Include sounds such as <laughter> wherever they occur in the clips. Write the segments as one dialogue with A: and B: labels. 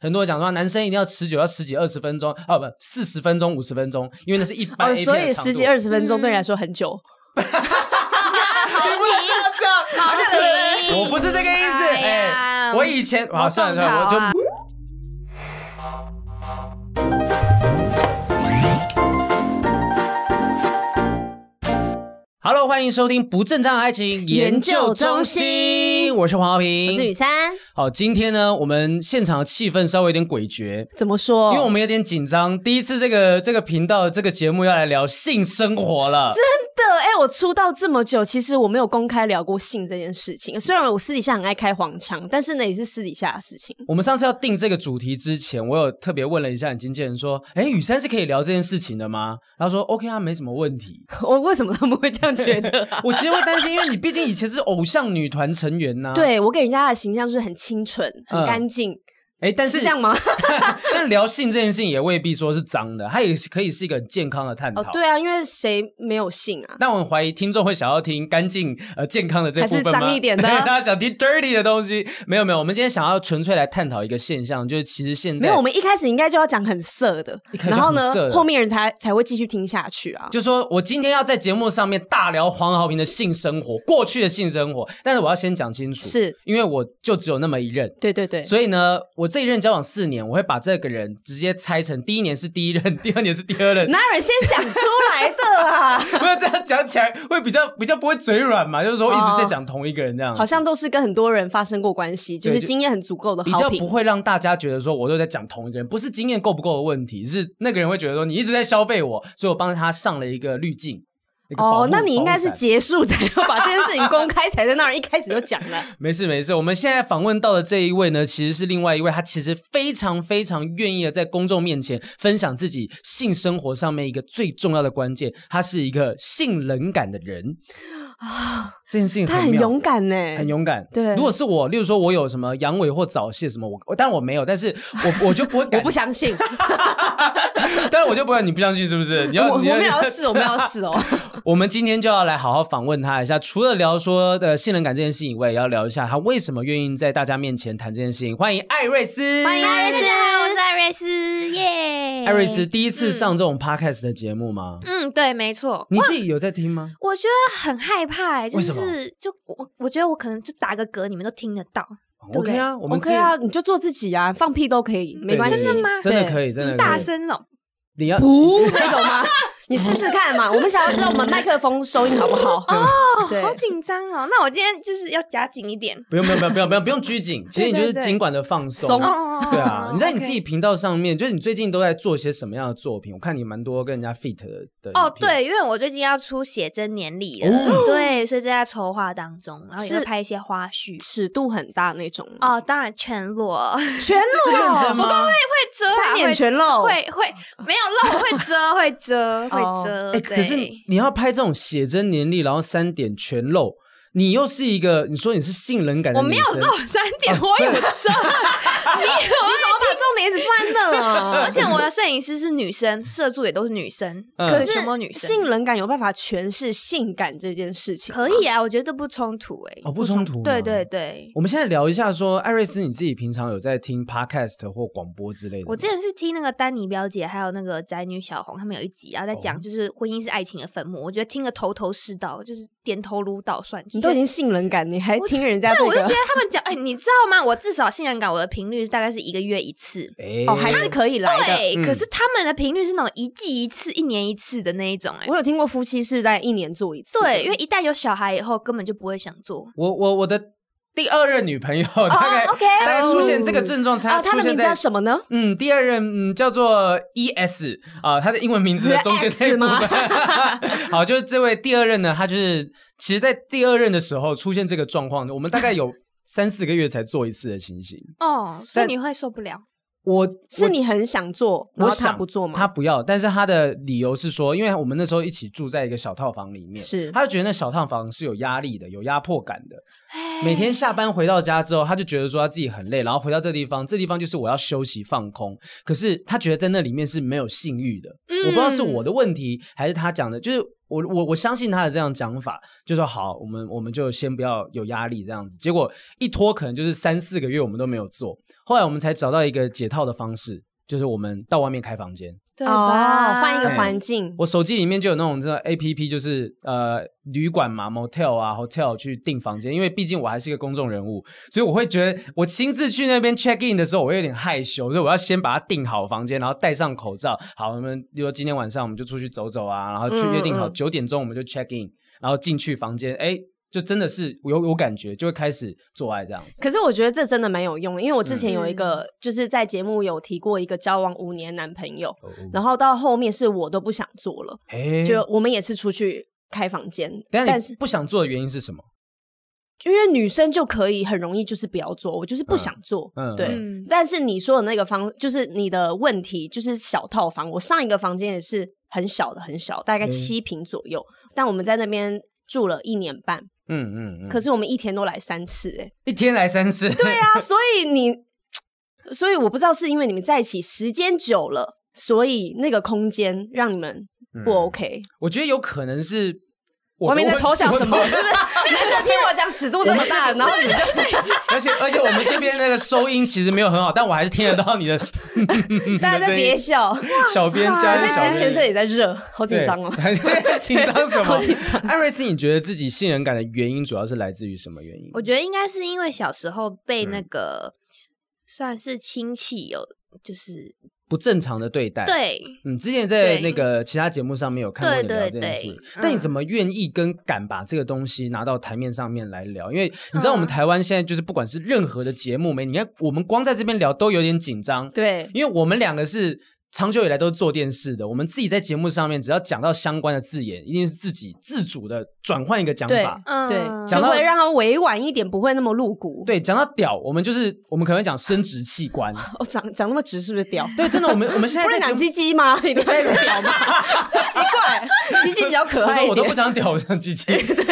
A: 很多人讲说男生一定要持久，要十几二十分钟，哦不，四十分钟五十分钟，因为那是一般 A
B: 哦，
A: 片的
B: 所以
A: 长
B: 十几
A: 度
B: 二十分钟对你来说很久。
A: 你不能这样讲，
C: 好评
A: 我不是这个意思，
C: 哎
A: 哎、
C: 呀
A: 我以前好算了算了，我
C: 好
A: 就，Hello，欢迎收听不正常爱情研究中心，我是黄浩
C: 我是雨
A: 平。
C: 珊，
A: 好，今天呢，我们现场的气氛稍微有点诡谲。
B: 怎么说？
A: 因为我们有点紧张，第一次这个这个频道这个节目要来聊性生活了，
B: 真的，哎、我出道这么久，其实我没有公开聊过性这件事情。虽然我私底下很爱开黄腔，但是呢也是私底下的事情。 <laughs>
A: 我们上次要定这个主题之前，我有特别问了一下你经纪人，说：“哎，雨珊是可以聊这件事情的吗？”然后说：“OK 啊，没什么问题。？”
B: 我为什么他们会这样觉得、啊
A: <laughs> 我其实会担心，因为你毕竟以前是偶像女团成员呐、，
B: 对我给人家的形象就是很清纯、很
A: 嗯
B: 干净，
A: 哎，但是
B: 是这样？吗？
A: <laughs> 但聊性这件事情也未必说是脏的，它也是可以是一个很健康的探讨。
B: 哦，对啊，因为谁没有性啊？
A: 但我很怀疑听众会想要听干净、呃健康的这部分吗？
B: 还是脏一点的
A: 对 <laughs> 大家想听 dirty 的东西？没有没有，我们今天想要纯粹来探讨一个现象，就是其实现
B: 没
A: 在
B: 有，我们一开始应该就要讲很色的，
A: 一开始就
B: 然后
A: 很色
B: 呢，
A: 的
B: 后面人才才会继续听下去啊。
A: 就说我今天要在节目上面大聊黄豪平的性生活，过去的性生活，但是我要先讲清楚，
B: 是
A: 因为我就只有那么一任。
B: 对对对，
A: 所以呢，我这一任交往四年，我会把这个人直接拆成第一年是第一任，第二年是第二 <laughs> 任。
B: 哪有人先讲出来的啊？
A: 没有这样讲起来会比较比较不会嘴软嘛，就是说一
B: 哦
A: 直在讲同一个人这样子，
B: 好像都是跟很多人发生过关系，就
A: 嗯对
B: 是
A: 就
B: 经验很足够的
A: 比
B: 好
A: 较
B: 评
A: 不。会让大家觉得说我都在讲同一个人，不是经验够不够的问题，是那个人会觉得说你一直在消费我，所以我帮他上了一个滤镜。一个保护
B: 哦，那你应该
A: 保护
B: 是
A: 伞
B: 结束才要把这件事情公开，才在那儿一开始就讲
A: <laughs>
B: 了。
A: 没事没事，我们现在访问到的这一位呢，其实是另外一位，他其实非常非常愿意的在公众面前分享自己性生活上面一个最重要的关键，他是一个性冷感的人啊，这件事情
B: 他很
A: 妙
B: 勇。敢呢，
A: 很勇敢，
B: 对
A: 如果是我，例如说我有什么阳痿或早泄什么，我但我没有，但是我我就
B: <laughs>
A: 不会
B: 我
A: 敢，
B: 不相信，
A: <laughs> 但是我就不会，你不相信是不
C: <laughs>
A: 是？ <laughs> 你要
B: 我我
A: 你 <laughs>
B: 们要试，我们要试哦。
A: 我们今天就要来好好访问他一下，除了聊说的信任感这件事情以外，也要聊一下他为什么愿意在大家面前谈这件事情。欢迎艾瑞斯，
C: 欢迎艾瑞斯，
B: 大家好
C: 我是艾瑞斯，耶！
A: 艾瑞斯，第一次上这种 podcast 的节目吗？
C: 嗯，对，没错。
A: 你自己有在听吗？
C: 我觉得很害怕、哎就
A: 为什么
C: 是就我，我觉得我可能就打个嗝，你们都听得到。对
A: OK 啊，我们自
B: OK
A: 己
B: 啊，你就做自己啊，放屁都可以，没关系。
C: 真的吗
A: 真的
B: 对
A: 可以，真的可以
C: 大。声哦，
A: 你要
B: 噗那种吗？你试试看嘛，我们想要知道我们麦克风收音好不好？
C: 哦，
B: 对
C: 好紧张哦。那我今天就是要夹紧一点。
A: 不用不用不用不用不用不用拘谨，其实你就是
C: 对对
A: 尽管的放松
B: 松。
C: 哦，
A: 对啊，你在你自
C: OK
A: 己频道上面，就是你最近都在做些什么样的作品？我看你蛮多跟人家 fit 的的
C: 哦，
A: 影片，
C: 对，因为我最近要出写真年历了，
A: 哦
C: 对，所以正在筹划当中，然后也
B: 是
C: 会拍一些花絮。
B: 尺度很大那种，
A: 啊
C: 哦，当然全 <laughs> 裸，会
B: 全
A: 是认
B: 裸，
A: 真吗？
C: 遮啊
B: 三点
C: 会
B: 全
A: 哦
B: 露，
C: 会
A: <laughs>
C: 会没有漏，会遮，会遮，会遮。
A: 哎、
C: 哦对
A: 可是你要拍这种写真年历，然后三点全露，你又是一个你说你是性冷感的
C: 我
A: 女
C: 没有
A: 生，
C: 漏三点，我有遮。你有
B: 哦 <laughs> 怎
C: 啊
B: 么把重点一直放在那啊
C: <laughs> 而且我的摄影师是女生，摄助也都是女生，
A: 嗯
C: 可
B: 可
C: 是全部都
B: 是
C: 女
B: 性
C: 生
B: 冷感有办法诠释性感这件事情吗，
C: 可以啊，我觉得不冲突哎，
A: 哦不冲突
C: 对
A: 吗
C: 对对，
A: 我们现在聊一下说，艾瑞斯你自己平常有在听 podcast 或广播之类的吗？
C: 我之前是听那个丹尼表姐，还有那个宅女小红，他们有一集，啊然后在
A: 哦
C: 讲就是婚姻是爱情的坟墓，我觉得听个头头是道，就是点头如捣蒜。
B: 你都已
C: 就觉得
B: 经性冷感，你还听人家这
C: 对，我就觉
B: 个
C: 得他们讲，哎，你知道吗？我至少性感感，我的频率大概是一个月一次。
A: 哎、
B: 哦，还是可以来的。
C: 对，
A: 嗯
C: 可是他们的频率是那种一季一次、一年一次的那一种、哎，
B: 我有听过夫妻是在一年做一次的，
C: 对，因为一旦有小孩以后，根本就不会想做。
A: 我我我的第二任女朋友大概、
C: 哦 OK 嗯
A: 大
C: 哦
A: 概出现这个症状，差
B: 啊，他
A: 出
B: 的
A: 现
B: 名字
A: 在
B: 叫。什么呢？
A: 嗯，第二任嗯叫做 E S 啊，他的英文名字的中间那一
B: X 吗
A: 部分， <laughs> 好，就是这位第二任呢，他就是其实，在第二任的时候出现这个状况，我们大概
B: <laughs>
A: 有三四个月才做一次的情形。
C: 哦，所以
B: 但
C: 你会受不了。
A: 我
B: 是你
A: 我
B: 很想做，然
A: 我
B: 后他
A: 想
B: 不做吗？
A: 他不要，但是他的理由是说，因为我们那时候一起住在一个小套房里面，
B: 是
A: 他就觉得那小套房是有压力的，有压迫感的。每天下班回到家之后，他就觉得说他自己很累，然后回到这地方，这地方就是我要休息放空。可是他觉得在那里面是没有性欲的，我不知道是我的问题还是他讲的，就是我我我相信他的这样讲法，就说好，我们我们就先不要有压力这样子。结果一拖可能就是三四个月，我们都没有做。后来我们才找到一个解套的方式，就是我们到外面开房间。
C: 对
B: 哦，
C: 吧？
B: 换一个
A: 哎
B: 环境，
A: 我手机里面就有那种这 A P P，就是呃旅馆嘛，motel 啊，hotel 去订房间，因为毕竟我还是一个公众人物，所以我会觉得我亲自去那边 check in 的时候，我会有点害羞，所以我要先把它订好房间，然后戴上口罩。好，我们比如说今天晚上我们就出去走走啊，然后去
B: 嗯
A: 约定好
B: 嗯
A: 九点钟我们就 check in，然后进去房间，哎，就真的是有有感觉，就会开始做爱这样子。
B: 可是我觉得这真的蛮有用的，因为我之前有一
C: 嗯
B: 个、就是在节目有提过一个交往五年男朋友，然后到后面是我都不想做了，
A: 哎，
B: 就我们也是出去开房间，
A: 等一下
B: 但
A: 你
B: 是
A: 不想做的原因是什么？
B: 因为女生就可以很容易就是不要做，我就是不想做，
A: 嗯嗯
B: 对。
C: 嗯
B: 但是你说的那个方，就是你的问题，就是小套房。我上一个房间也是很小的，很小，大概
A: 嗯
B: 七平左右。但我们在那边住了一年半，
A: 嗯嗯嗯，
B: 可是我们一天都来三次、欸， <laughs>
A: 一天来三次，对
B: 对啊，所以你，所以我不知道是因为你们在一起时间久了，所以那个空间让你们不 OK。
A: 我觉得有可能是嗯我
B: 外面在偷笑什么？
A: 我
B: 是不是？ <laughs> 难得听我讲尺度这么大，然后你就
A: 而且而且我们这边那个收音其实没有很好，但我还是听得到你
B: <laughs>
A: 的。
B: 大家就别笑。
A: 小编加上小
B: 我现在
A: 编，
B: 其实全身也在热，好紧
A: 对
B: 张
A: <laughs>
B: 哦。 <laughs>
A: 紧张什么？
B: 好紧张。
A: 艾瑞斯，你觉得自己信任感的原因主要是来自于什么原因？
C: 我觉得应该是因为小时候被那
A: 嗯
C: 个、算是亲戚有，就是
A: 不正常的对待。，
C: 对
A: 嗯，之前在
C: 对
A: 那个其他节目上面有看过你
C: 对
A: 聊
C: 对
A: 这件事
C: 对，
A: 但你
C: 嗯
A: 怎么愿意跟敢把这个东西拿到台面上面来聊？因为你知道我们
C: 嗯
A: 台湾现在就是不管是任何的节目没，你看我们光在这边聊都有点紧张。
B: 对，
A: 因为我们两个是长久以来都是做电视的，我们自己在节目上面只要讲到相关的字眼，一定是自己自主的转换一个讲法。
C: 嗯
B: 对，
A: 讲
B: 就
A: 到
B: 会让它委婉一点，不会那么露骨。，
A: 对，讲到屌，我们就是我们可能会讲生殖器官。
B: 哦，讲讲那么直是不是屌？
A: 对，真的，我们我们现在
B: 不
A: 在
B: 能
A: 讲
B: 讲鸡鸡 <laughs> 吗？你不会屌吗？ <laughs> 奇怪，鸡鸡比较可
A: <laughs> 我
B: 爱
A: 说
B: 一
A: 我都不
B: 点。
A: 讲屌，我讲鸡鸡。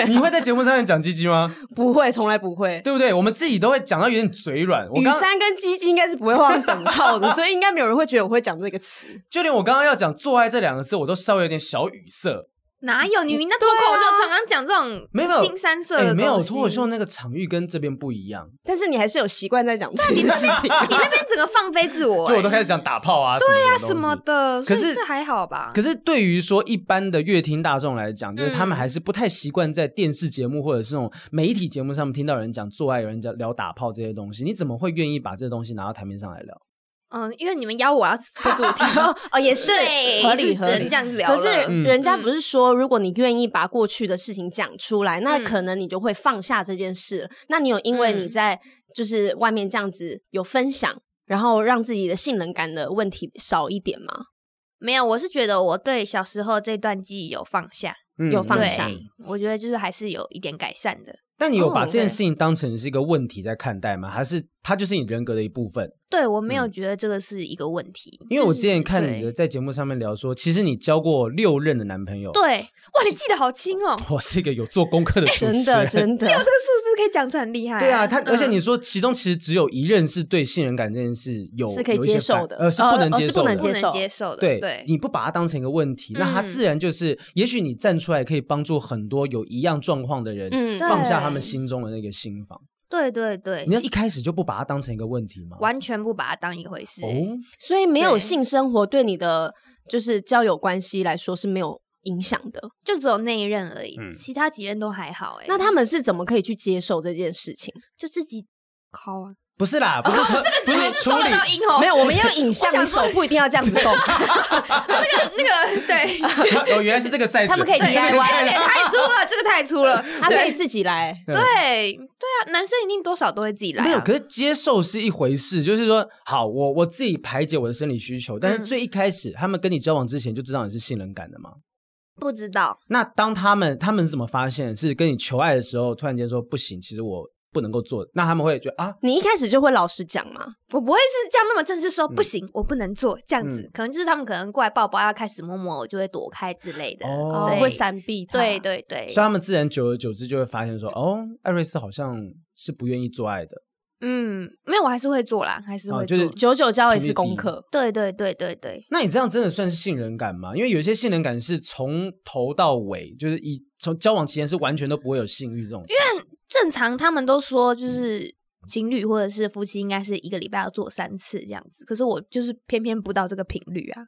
A: 你会在节目上面讲鸡鸡吗？
B: 不会，从来不会。
A: 对不对？我们自己都会讲到有点嘴软。我
B: 雨
A: 刚
B: 山跟鸡鸡应该是不会画上等号的，所以应该没有人会觉得我会讲这个词。
A: 就连我刚刚要讲做爱这两个字，我都稍微有点小语塞。
C: 哪有你？啊那脱口秀常常讲这种
A: 没有没有
C: 新三色
A: 哎，
C: 的
A: 没有
C: 东西
A: 脱口秀，那个场域跟这边不一样，
B: 但是你还是有习惯在讲这件事情。
C: 你那边整个放飞
A: <laughs>
C: 自我、
A: 就我都
C: 哎
A: 开始讲打炮啊，对呀
C: 什么的，
A: 可
C: 所以
A: 是
C: 这还好吧？
A: 可是对于说一般的乐听大众来讲，就是他们
C: 嗯
A: 还是不太习惯在电视节目或者是那种媒体节目上面听到有人讲做爱、有人讲聊打炮这些东西，你怎么会愿意把这东西拿到台面上来聊？
C: 嗯，因为你们邀我要这个主题，
A: <laughs>
B: 哦，也是
C: 对，
B: 合理
C: 是
B: 合
C: 只
B: 理
C: 能这。样聊
B: 可
C: 了。
B: 是
A: 嗯
B: 人家不是说，如果你愿意把过去的事情讲出来，那可能你就会放下这件事了。那你有因为你
C: 嗯
B: 在就是外面这样子有分享，然后让自己的性能感的问题少一点吗？
C: 没有，我是觉得我对小时候这段记忆有放下，
A: 嗯
B: 有放
C: 对
B: 下
A: 嗯
C: 我觉得就是还是有一点改善的。
A: 但你有把
B: 哦
A: 这件
B: 对
A: 事情当成是一个问题在看待吗？还是它就是你人格的一部分？
C: 对我没有
A: 嗯
C: 觉得这个是一个问题，
A: 因为我
C: 就
A: 之
C: 是
A: 前看你
C: 对
A: 的在节目上面聊说，其实你交过六任的男朋友。
C: 对，，哇，你记得好清
A: <laughs>
C: 哦，
A: 我是一个有做功课
B: <laughs>
A: 的主
B: 真
A: 持
B: 的
A: 人。
B: 真的，
C: 这 <laughs> 个数字可以讲出来很厉害。
A: 对啊，他而且
C: 嗯
A: 你说其中其实只有一任是对性任感这件事有
B: 是可以
A: 有一些
B: 接受
A: 反
B: 的
A: 呃，是
B: 呃
A: 不能
B: 呃
A: 接
B: 是
A: 受
B: 不
A: 的
B: 能，接
C: 不
B: 受
C: 能接受的，
A: 对
C: 对，
A: 你不把它当成一个问题，那它
C: 嗯
A: 自然就是，也许你站出来可以帮助很多有一样状况的人，
B: 嗯
A: 放下他
C: 对
A: 们心中的那个心房。
C: 对对对
A: 你，要一开始就不把它当成一个问题吗？
C: 完全不把它当一回事。欸
A: 哦，
B: 所以没有
C: 对
B: 性生活对你的就是交友关系来说是没有影响的。
C: 就只有那一任而已，
A: 嗯
C: 其他几任都还好哎、
B: 那他们是怎么可以去接受这件事情？
C: 就自己考啊，
A: 不是啦，不是说，不是处
C: 收得到
A: 理，
C: 音哦，
B: 没有，我
C: <laughs>
B: 们要影像，
C: 我
B: 你
C: 想说
B: 手不一定要
C: <laughs>
B: 这样子动。
C: 那个对，
A: <laughs> 哦，原来是这个 size，
B: 他们可以
C: 对，
B: DIY
C: 这个也太粗了，这个太粗
A: <laughs>
C: 了，
B: 他可以
C: 对
B: 自己来。
C: 对对啊，男生一定多少都会自己来、啊，
A: 没有，可是接受是一回事，就是说，好，我我自己排解我的生理需求，但是
C: 嗯
A: 最一开始他们跟你交往之前就知道你是性冷感的吗？
C: 不知道，
A: 那当他们他们是怎么发现是跟你求爱的时候，突然间说不行，其实我不能够做，那他们会觉得啊，
B: 你一开始就会老实讲嘛？
C: 我不会是这样那么正式说，不行，我不能做这样子，
A: 嗯
C: 可能就是他们可能过来抱抱，要开始摸摸，我就会躲开之类的，
A: 哦
C: 对，
B: 会闪避他。
C: 对，对对
A: 所以，他们自然久而久之就会发现说，哦，艾瑞斯好像是不愿意做爱的，
C: 嗯，没有，我还是会做啦，还是
A: 哦
C: 会
A: 就
C: 做。
A: 是
B: 久久交一次
A: 频率
B: 功
A: 低
B: 课，
C: 对对对对对，
A: 那你这样真的算是信任感吗？因为有一些信任感是从头到尾，就是以从交往期间是完全都不会有性欲这种事情。因为
C: 正常他们都说
A: 嗯
C: 就是情侣或者是夫妻应该是一个礼拜要做三次这样子，可是我就是偏偏不到这个频率啊。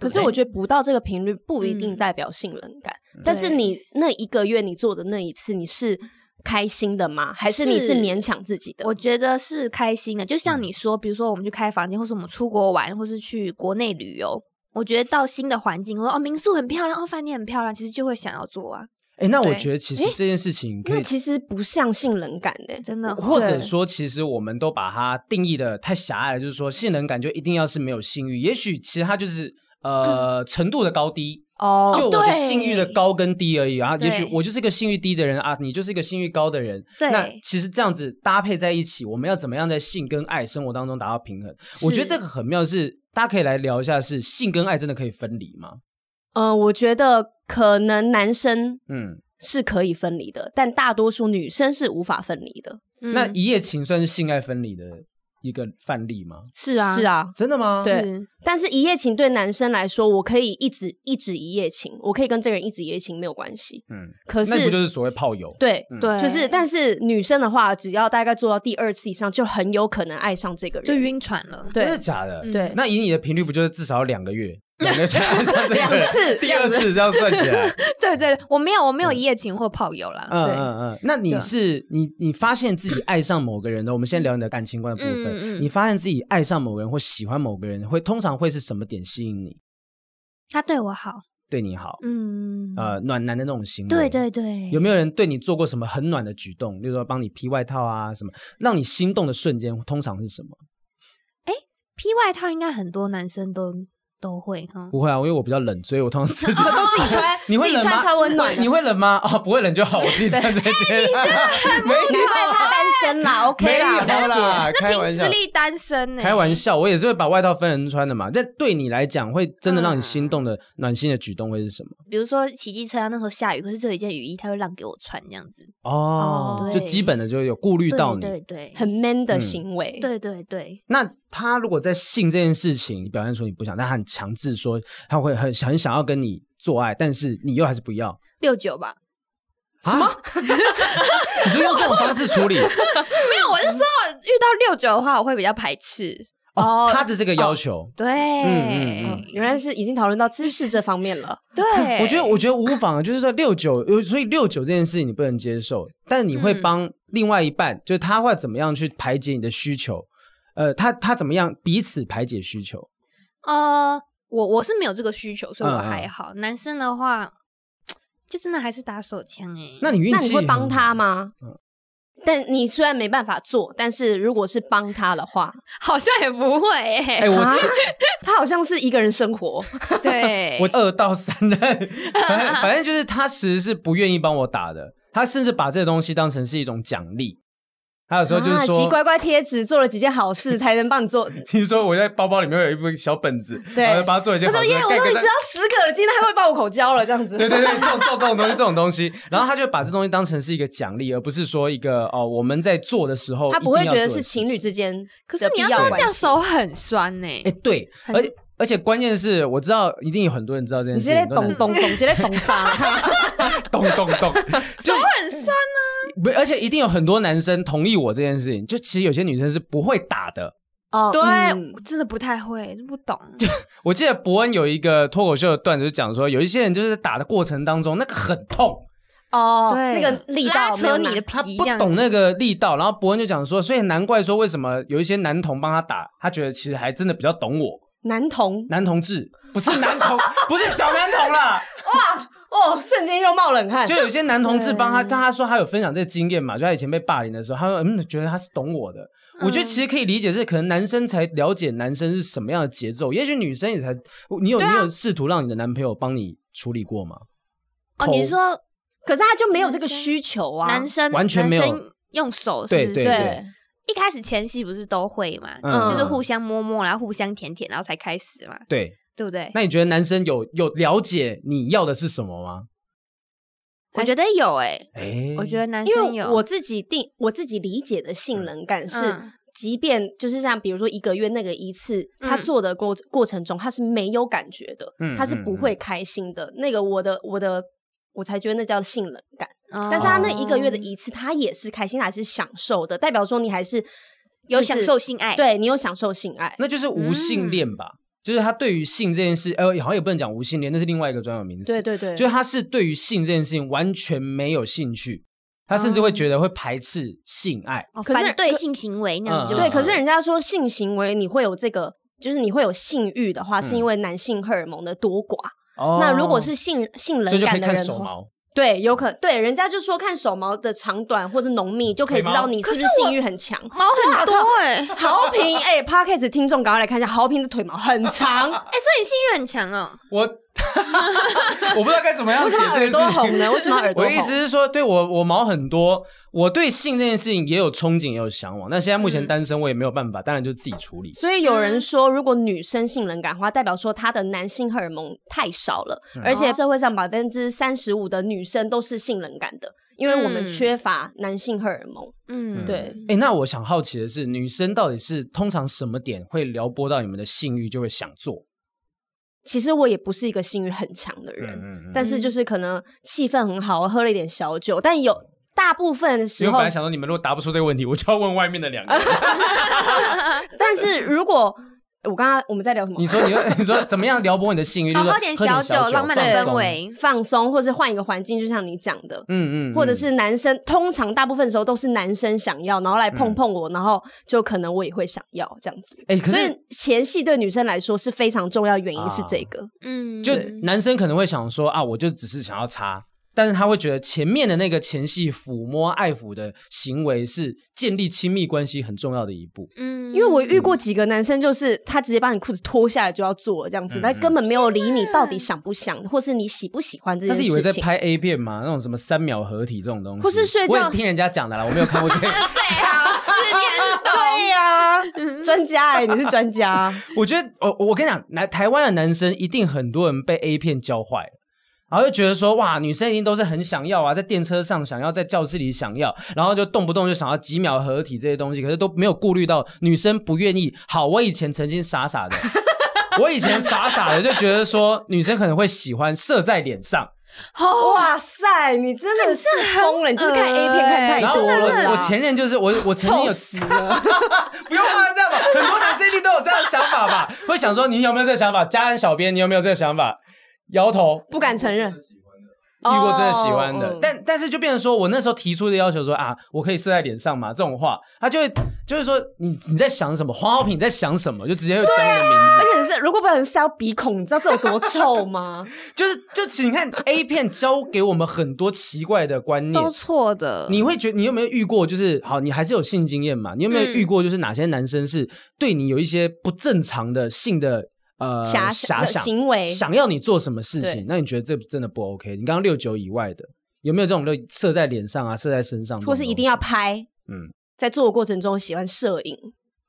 B: 可
C: 对
A: 哎
B: 是我觉得不到这个频率不一定
C: 嗯
B: 代表信任感，但是
C: 对
B: 你那一个月你做的那一次，你是开心的吗？还是你是
C: 是
B: 勉强自己的？
C: 我觉得是开心的，就像
A: 嗯
C: 你说，比如说我们去开房间，或是我们出国玩，或是去国内旅游，我觉得到新的环境，我说哦民宿很漂亮，哦饭店很漂亮，其实就会想要做啊，
A: 哎，那我
C: 对
A: 觉得其实这件事情可
B: 那
A: 以，
B: 其实不像信任感呢、
C: 真的。
A: 或者
C: 对
A: 说，其实我们都把它定义的太狭隘了，就是说信任感就一定要是没有性欲。也许其实它就是呃程度的高低，
C: 哦，
A: 就我的
C: 对
A: 性欲的，高跟低而已啊。也许
C: 对
A: 我就是一个性欲低的人啊，你就是一个性欲高的人。
C: 对
A: 那其实这样子搭配在一起，我们要怎么样在性跟爱生活当中达到平衡？我觉得
C: 是
A: 这个很妙的是，大家可以来聊一下，是性跟爱真的可以分离吗？
B: 呃，我觉得可能男生
A: 嗯，
B: 是可以分离的，但大多数女生是无法分离的。
C: 嗯
A: 那一夜情算是性爱分离的一个范例吗？
C: 是啊
B: 是啊，
A: 真的吗？
B: 对
C: 是
B: 但是一夜情对男生来说，我可以一直一直一夜情，我可以跟这个人一直一夜情没有关系。
A: 嗯，
B: 可
A: 那不
B: 是
A: 就是所谓炮友？
B: 对，
A: 嗯
C: 对，
B: 就是，但是女生的话，只要大概做到第二次以上，就很有可能爱上这个人，<laughs>
C: 就晕船了。
B: 对
A: 真的假的？
C: 嗯
B: 对
A: 那以你的频率，不就是至少要两个月？两个月算这个
B: 两次
A: <laughs> 第二次这样算起来，
C: 对对，我没有我没有一夜情或炮友啦。
A: 嗯
C: 对，
A: 嗯嗯。那你
C: 对
B: 啊
A: 是你你发现自己爱上某个人的，我们先聊你的感情观的部分。
C: 嗯嗯嗯
A: 你发现自己爱上某个人或喜欢某个人，会通常会是什么点吸引你？
C: 他对我好，
A: 对你好，
C: 嗯，
A: 呃，暖男的那种行为。
C: 对对对，
A: 有没有人对你做过什么很暖的举动？例如说帮你披外套啊，什么让你心动的瞬间，通常是什么？
C: 披外套？应该很多男生都都会哈。
A: 不会啊，因为我比较冷，所以我通常是自己
B: 哦都自己穿
A: <laughs> ，你会
B: 自己
A: 冷吗？
B: 穿超温暖哎
A: 会 <laughs> 你会冷吗？啊、不会冷就好，我自己穿这件。没有
B: 难怪他单身啦，OK
A: <laughs>
B: 啦，
A: 没有
B: 了解。
A: 啦，开
C: 凭
A: 玩
C: 实
A: 笑。
C: 力单身呢、
A: 开玩笑，我也是会把外套分人穿的嘛。但对你来讲，会真的让你心动
C: 嗯
A: 的、暖心的举动会是什么？
C: 比如说骑机车啊，那时候下雨，可是只有一件雨衣，他会让给我穿这样子。
A: 哦
C: 哦，
A: 就
C: 对
A: 基本的就有顾虑到
C: 对
A: 你。
C: 对对，
B: 很 man 的
A: 嗯
B: 行为，
C: 对对
B: <laughs>
C: 对，
A: 那他如果在性这件事情，你表现出你不想，但他很强制说他会很很想要跟你做爱，但是你又还是不要。
C: 六九吧。
A: 什么？你是用这种方式处
C: <laughs>
A: 理？
C: 没有，我是说遇到六九的话，我会比较排斥。
A: 哦
B: 哦，
A: 他的这个要求，
C: 对，
A: 嗯
B: 嗯，原来是已经讨论到姿势这方面了。
C: 对，
B: 哎
A: 我觉得，我觉得无妨啊，就是说六九，有所以六九这件事情你不能接受，但你会
C: 嗯
A: 帮另外一半，就是他会怎么样去排解你的需求？呃，他他怎么样彼此排解需求？
C: 呃，我我是没有这个需求，所以我
A: 嗯嗯
C: 还好。男生的话，就真的还是打手枪哎、
A: 那你 <laughs> 运
B: 那
A: 气嗯
B: 你会
A: 很
B: 帮他
A: 好？
B: 吗？但你虽然没办法做，但是如果是帮他的话，
C: 好像也不会哎、
A: 哎、我其
B: 他好像是一个人生活，
C: 对，
A: <laughs>
B: 哎
A: 我二到三
B: <laughs>
A: 任，反正反正就是他其实是不愿意帮我打的，他甚至把这个东西当成是一种奖励。他有时候就是说，
B: 集啊
A: <laughs>
B: 乖乖贴纸，做了几件好事才能帮你做。
A: 听说我在包包里面有一部小本子，
B: 对
A: 然后帮他做一件
B: 他
A: 好
B: 说
A: 事，
B: 耶，我
A: 盖
B: 终
A: 个
B: 于
A: 章
B: 知道十个了，今天他会帮我口交了，这 <laughs> 样子。
A: 对对对，这种这种这种东西，这种东西，然后他就把这东西当成是一个奖励，而不是说一个哦，我们在做的时候
B: <laughs> 他不会
A: 一
B: 觉
A: 定要
B: 得
A: 做
B: 是
A: 的
B: 情
A: 事
B: 侣
A: 情。
B: 之间，
C: 可是你要
B: 必
C: 知
B: 要
C: 道
B: 关
C: 这样
B: 系
C: 手很酸欸呢、
A: 哎，对，
C: 很
A: 而且而且关键是，我知道一定有很多人知道这件
B: 你
A: 事
B: 是
A: 情，
B: 在
A: 很多
B: 懂
A: 男
B: 懂 <laughs> 懂，是在懂啥？
A: 懂懂懂，
B: <laughs>
A: 就
C: 很酸
A: 不，而且一定有很多男生同意我这件事情。就其实有些女生是不会打的。
B: 哦，
C: 对，
B: 嗯
C: 我真的不太会，真不懂。
A: 我记得伯恩有一个脱口秀的段子，就讲说有一些人就是打的过程当中那个很痛，
B: 哦，
C: 对
B: 那个力道
C: 拉扯
B: 没有
C: 你的
B: 拿
A: 他
C: 皮
A: 不
C: 这样
A: 懂
C: 子
A: 那个力道，然后伯恩就讲说，所以难怪说为什么有一些男童帮他打，他觉得其实还真的比较懂我。
B: 男童
A: 男同志，不是男
C: <laughs>
A: 同，不是小男童啦，
B: 哦，瞬间又冒冷汗
A: 就有些男同志帮
C: 嗯
A: 他，跟他说他有分享这个经验嘛，就他以前被霸凌的时候，他说嗯，觉得他是懂我的。
C: 嗯
A: 我觉得其实可以理解是，可能男生才了解男生是什么样的节奏，也许女生也才，你有、
C: 啊
A: 你有试图让你的男朋友帮你处理过吗？
C: 哦，
A: 口
C: 你说
B: 可是他就没有这个
C: 男生
B: 需求啊，
C: 男生
A: 完全没有
C: 男生用手是
A: 对
C: 不
A: 对
C: 是？
B: 对
C: 一开始前戏不是都会嘛，
A: 嗯
C: 就是互相摸摸，然后互相舔舔，然后才开始嘛，
A: 对，
C: 对不对？
A: 那你觉得男生有有了解你要的是什么吗？
C: 我觉得有诶、欸
A: 哎，
C: 我觉得男
B: 因
C: 生
B: 为
C: 有，
B: 我自己定我自己理解的性能感是，
C: 嗯
B: 即便就是像比如说一个月那个一次，他
C: 嗯
B: 做的过过程中，他是没有感觉的，
A: 嗯
B: 他是
A: 嗯
B: 不会开心的。那个我的我的。我才觉得那叫性冷感，
C: 但
B: 但是他那一个月的一次，他也是开心，他也是享受的，代表说你还是
C: 有
B: 就是
C: 享受性爱，，
B: 对你有享受性爱。
A: 那就是无性恋
C: 嗯
A: 吧？就是他对于性这件事，呃，好像也不能讲无性恋，那是另外一个专有名词。
B: 对对对，
A: 就是他是对于性这件事情完全没有兴趣，他甚至会觉得会排斥性爱。
C: 哦、
B: 可是
C: 反对性行为那样子、
A: 嗯
C: 就
B: 对。可
A: 嗯
B: 是人家说性行为你会有这个，就是你会有性欲的话，是
A: 嗯
B: 因为男性荷尔蒙的多寡。
A: 哦
B: 那如果是性性
A: 所以
B: 冷
A: 就可
B: 感
A: 以
B: 的
A: 看
B: 人
A: 手
B: 的话，
A: 毛，
B: 对，有可对，人家就说看手毛的长短或者浓密就可以知道你是不是性欲很欸强。
C: 毛很多哎、哎、
B: 豪平，哎、p o d c a s t 听众赶快来看一下，豪平的腿毛很长，
A: <laughs>
C: 所以你性欲很强哦。
A: 我
B: <laughs>
A: 我不知道该怎么样
B: 为
A: 解
B: 什么
A: 这
B: 耳
A: 件
B: 朵
A: 事
B: 红
A: 情。
B: 呢？为什么耳朵
A: 我
B: 红？
A: 的意思是说，对我我毛很多，我对性这件事情也有憧憬，也有向往。那现在目前
C: 嗯
A: 单身，我也没有办法，当然就自己处理。
B: 所以有人说，如果女生性冷感的话，代表说她的男性荷尔蒙太少了，
A: 啊
B: 而且社会上百分之三十五的女生都是性冷感的，因为我们
C: 嗯
B: 缺乏男性荷尔蒙。
C: 嗯，
B: 对
A: 哎、那我想好奇的是，女生到底是通常什么点会撩拨到你们的性欲，就会想做？
B: 其实我也不是一个性欲很强的人，
A: 嗯
B: 但是就是可能气氛很好，喝了一点小酒，但有大部分的
A: 因
B: 时
A: 为我
B: 候
A: 本来，想说，你们如果答不出这个问题，我就要问外面的两个人。
B: 但是如果我刚刚我们在 <laughs> 聊什么？
A: 你说，你说，你说怎么样撩拨你的
B: <laughs>
A: 性欲？就是
C: 哦
A: 说
C: 喝点小酒浪漫的
A: 放
C: 氛
A: 松。
C: 围，
B: 放松，或是换一个环境，就像你讲的，
A: 嗯嗯，嗯
B: 或者是男生，通常大部分时候都是男生想要，然后来碰碰我，然后就可能我也会想要这样子。
A: 哎、嗯可
B: 所
A: 是啊
B: 以前戏对女生来说是非常重要，原因是这个。
C: 嗯，
A: 就
C: 对
A: 男生可能会想说啊，我就只是想要插，但是他会觉得前面的那个前戏抚摸、爱抚的行为是建立亲密关系很重要的一步。
C: 嗯
B: 因为我遇过几个男生，就是他直接把你裤子脱下来就要做了这样子
A: 嗯，
B: 他根本没有理你到底想不想，或是你喜不喜欢这
A: 他
B: 件
A: 是以为
B: 事
A: 在
B: 情。
A: 拍 A 片嘛，那种什么三秒合体这种东西，
B: 或是睡觉
A: 我也是听人家讲的啦，我没有看过这个。
B: <laughs>
C: 最好是你很懂。
B: 对呀、专家哎、你是专家， <laughs>
A: 我觉得，哦我我跟你讲，男台湾的男生一定很多人被 A 片教坏了。然后就觉得说，哇，女生一定都是很想要啊，在电车上想要，在教室里想要，然后就动不动就想要几秒合体这些东西，可是都没有顾虑到女生不愿意。好，我以前曾经傻傻的，我以前傻傻的就觉得说，女生可能会喜欢射在脸上，
B: 哇塞，你真的是疯了，你就是看 A 片看 <laughs> 太
A: 然后
B: 多
A: 我
B: 了啦，
A: 我我前任就是我，我曾经有
B: 欸臭
A: 啊
B: 死了。
A: 不用骂这样吧，很多男生一定都有这样的想法吧？会想说你有没有这个想法？家人小编，你有没有这个想法？摇头，
B: <laughs> 不敢
A: <laughs>
B: 承认。
A: 遇过真的喜欢的，
B: 哦嗯
A: 但但是就变成说我那时候提出的要求说啊，我可以射在脸上嘛这种话，他就会就是说你你在想什么？黄浩平你在想什么？就直接会讲你的名字，
B: 而且是如果不然塞到鼻孔，你知道这有多臭吗？
A: 就是就其实你看 A 片教给我们很多奇怪的观念
C: 都。错的，
A: 你会觉你有没有遇过？就是好，你还是有性经验嘛？你有没有
C: 嗯
A: 遇过？就是哪些男生是对你有一些不正常的性的 <laughs> 呃
B: 遐
A: 遐想？
B: 行为，
A: 想要你做什么事
B: 对
A: 情，那你觉得这真的不 OK？你刚刚六九以外的，有没有这种就射在脸上啊，射在身上这种
B: 或
A: 东
B: 是
A: 西，
B: 一定要拍，
A: 嗯
B: 在做的过程中喜欢摄影，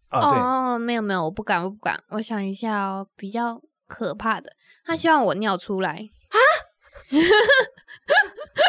A: 啊，
C: 哦，没有没有，我不敢，我不敢。我想一下哦，比较可怕的，他希望我尿出来，
A: 对，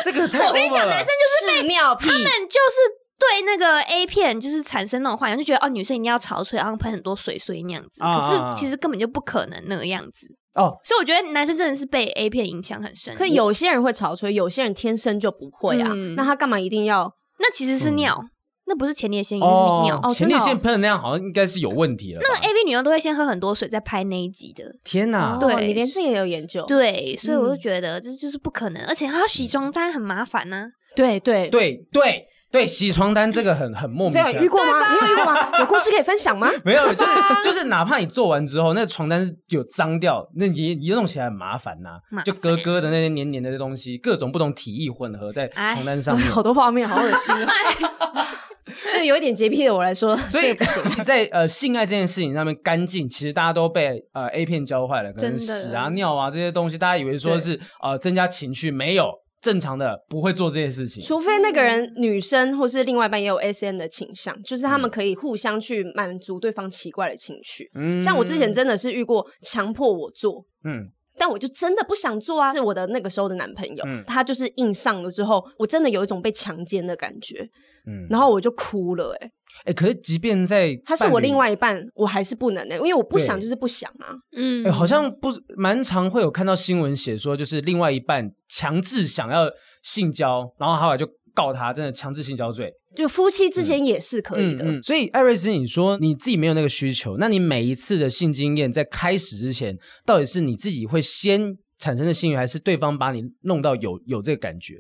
A: 这个
B: <laughs>
A: 太 over 了。我跟你讲，男生
B: 就是尿屁。
C: 他们就是对那个 A 片就是产生那种幻想，就觉得哦，女生一定要潮吹，然后喷很多水水那样子。
A: 啊啊啊
C: 可是其实根本就不可能那个样子，
A: 哦，
C: 所以我觉得男生真的是被 A 片影响很深。
B: 可有些人会潮吹，有些人天生就不会啊。
C: 嗯
B: 那他干嘛一定要？
C: 那其实是
A: 嗯
C: 尿，那不是前列腺，也就是尿。
B: 哦
A: 前列
B: 真的
A: 腺
B: 哦哎
A: 喷的那样好像应该是有问题了吧。
C: A V 女优都会先喝很多水再拍那一集的，
A: 天哪，
C: 对
B: 哦你连这个也有研究？
C: 对，所以我就
B: 嗯
C: 觉得这就是不可能，而且还要洗妆单很麻烦呢、
B: 对对
A: 对对对，洗床单这个很很莫名
B: 这样
A: 其
B: 有遇
A: 妙。
B: 过吗？你有遇过吗？有故事可以分享吗？
A: <laughs> 没有，就是
B: 啊
A: 就是，哪怕你做完之后，那床单是有脏掉，那也也弄起来很麻烦呐、
C: 麻烦
A: 就咯咯的那些黏黏的东西，各种不同体液混合在
C: 哎
A: 床单上面。
B: 好多画面，好恶心 <laughs> 啊！对有一点洁癖的我来说，
A: 所
B: 这
A: 以
B: 个不
A: <laughs>
B: 行。
A: 在呃性爱这件事情上面，干净其实大家都被呃 A 片教坏了，可能
C: 真的
A: 屎啊、尿啊这些东西，大家以为说是呃增加情趣，没有正常的不会做这些事情。
B: 除非那个人女生或是另外一半也有 S N 的倾向，就是他们可以互相去满足对方奇怪的情绪。
A: 嗯
B: 像我之前真的是遇过强迫我做，
A: 嗯，
B: 但我就真的不想做啊。是我的那个时候的男朋友，
A: 嗯
B: 他就是硬上了之后，我真的有一种被强奸的感觉，
A: 嗯，
B: 然后我就哭了、欸。哎，
A: 哎、可是即便在
B: 他是
A: 伴
B: 我
A: 侣
B: 另外一半，我还是不能哎、因为我不想
A: 对
B: 就是不想啊。
C: 嗯
A: 哎、好像不是蛮常会有看到新闻写说，就是另外一半强制想要性交，然后后来就告他，真的强制性交罪。
B: 就夫妻之间也是可以的，
A: 嗯嗯。所以艾瑞斯，你说你自己没有那个需求，那你每一次的性经验在开始之前，到底是你自己会先产生的性欲，还是对方把你弄到有有这个感觉？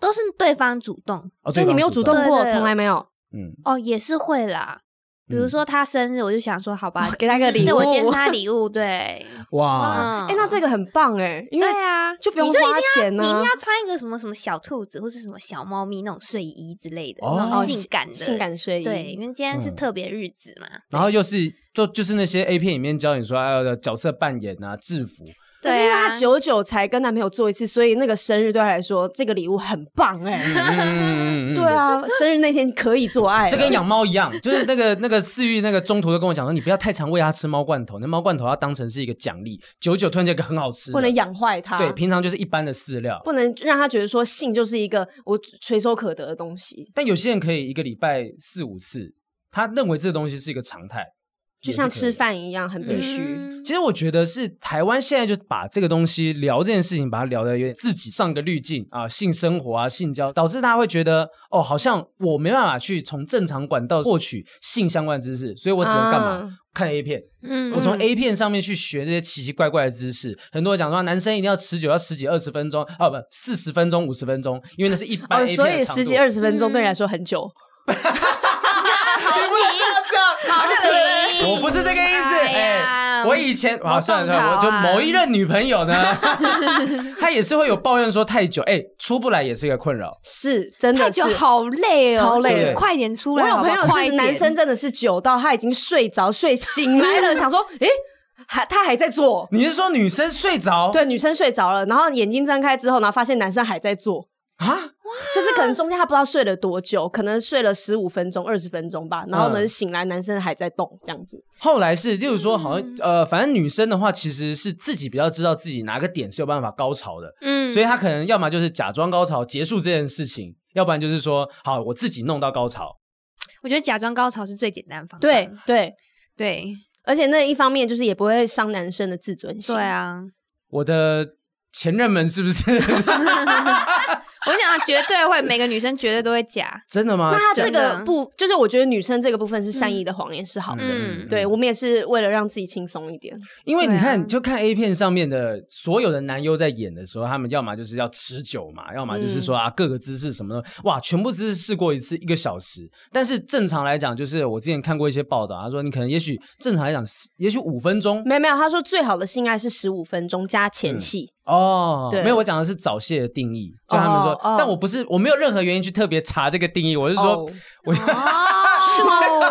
C: 都是对方主动
A: 哦，
B: 所以你没有主动
A: 对方
B: 过，
C: 对对
B: 从来没有。
A: 嗯，
C: 哦，也是会啦。比
A: 嗯
C: 如说他生日，我就想说好吧，
B: <laughs> 给他个礼
C: 对我今
B: 物
C: 天他礼物，对，
A: 哇，
C: 嗯，
B: 哎、那这个很棒哎、因为
C: 对啊，
B: 就不用
C: 你这一定
B: 花钱啊呢、
C: 你一定要穿一个什么什么小兔子或是什么小猫咪那种睡衣之类的，
A: 哦
C: 那
B: 哦
C: 种性感的，
B: 性感睡衣，
C: 对，因为今天是
A: 嗯
C: 特别日子嘛，
A: 然后又是就就是那些 A 片里面教你说要、哎、角色扮演啊、制服，
B: 可是
C: 对
B: 因为她
C: 啊，
B: 久久才跟男朋友做一次，所以那个生日对她来说，这个礼物很棒哎、
A: 嗯嗯嗯嗯嗯
B: <laughs> 对。啊，生日那天可以做爱了，
A: 这跟养猫一样， <laughs> 就是那个那个饲育那个中途就跟我讲说，你不要太常喂它吃猫罐头，那猫罐头要当成是一个奖励，久久突然间有一个很好吃的，
B: 不能养坏她，
A: 对，平常就是一般的饲料，
B: 不能让她觉得说性就是一个我垂手可得的东西，
A: 但有些人可以一个礼拜四五次，他认为这个东西是一个常态，
B: 就
A: 也是
B: 像
A: 可以
B: 吃。饭一样，很必须。
C: 嗯
A: 其实我觉得是台湾现在就把这个东西聊这件事情，把它聊的有点自己上个滤镜啊，性生活啊，性交，导致大家会觉得哦，好像我没办法去从正常管道获取性相关知识，所以我只能干嘛、
B: 啊
A: 看 A 片。
C: 嗯
A: 我从
B: 嗯
A: A 片上面去学这些奇奇怪怪的姿势，很多人讲说男生一定要持久，要十几二十分钟，啊不，四十分钟五十分钟，因为那是一般 A
B: 哦，
A: 片的长度。
B: 所以十几二十分钟对你来说很久，
A: <laughs>
C: 好评，
A: 我不是这个意思，
C: 哎
A: 哎、
C: 呀
A: 我以前好
C: 我
A: 算了
C: 动
A: 算了，我就
C: 他啊
A: 某一任女朋友
C: <laughs>
A: 呢，她也是会有抱怨说太久，哎、出不来也是一个困扰。
B: 是真
C: 太
B: 的是
C: 久。好累哦，
B: 超累
C: 就是
A: 对
C: 快点出
B: 我
C: 来
B: 有
C: 好不
B: 朋
C: 好，
B: 友
C: 快
B: 是
C: 点
B: 男生，，真的是久到他已经睡着睡醒来
C: <laughs>
B: 了，想说，诶，还他还在做，
A: 你是说女生睡着？
B: 对，女生睡着了，然后眼睛睁开之后，然后发现男生还在做，
A: 啊，
B: 就是可能中间他不知道睡了多久，可能睡了十五分钟、二十分钟吧，然后呢、
A: 嗯
B: 醒来男生还在动，这样子。
C: 嗯
A: 后来是就是说好像呃，反正女生的话其实是自己比较知道自己哪个点是有办法高潮的，
C: 嗯
A: 所以她可能要么就是假装高潮结束这件事情，要不然就是说好我自己弄到高潮。
C: 我觉得假装高潮是最简单的方法，
B: 对对，
C: 对
B: 而且那一方面就是也不会伤男生的自尊心。
C: 对，啊，
A: 我的前任们是不 <laughs> 是
C: 我跟你讲，绝对会，每个女生绝对都会假，
A: 真的吗？
B: 那他这
C: 真
B: 个
C: 的
B: 不就是我觉得女生这个部分是善意的谎言是好的，
C: 嗯
B: 对我们也是为了让自己轻松一点。
A: 因为你
C: 对啊
A: 看，就看 A 片上面的所有的男优在演的时候，他们要么就是要持久嘛，要么就是说啊、各个姿势什么的，哇，全部姿势试过一次一个小时。但是正常来讲，就是我之前看过一些报道，他说你可能也许正常来讲，也许五分钟
B: 没有没有，他说最好的性爱是十五分钟加前
C: 嗯
B: 戏，
A: 哦，
B: 对
A: 没有，我讲的是早泄的定义，就他们说，
B: 哦哦
A: 但我不是我没有任何原因去特别查这个定义，我是说、
B: 哦
A: 我。
C: 是吗？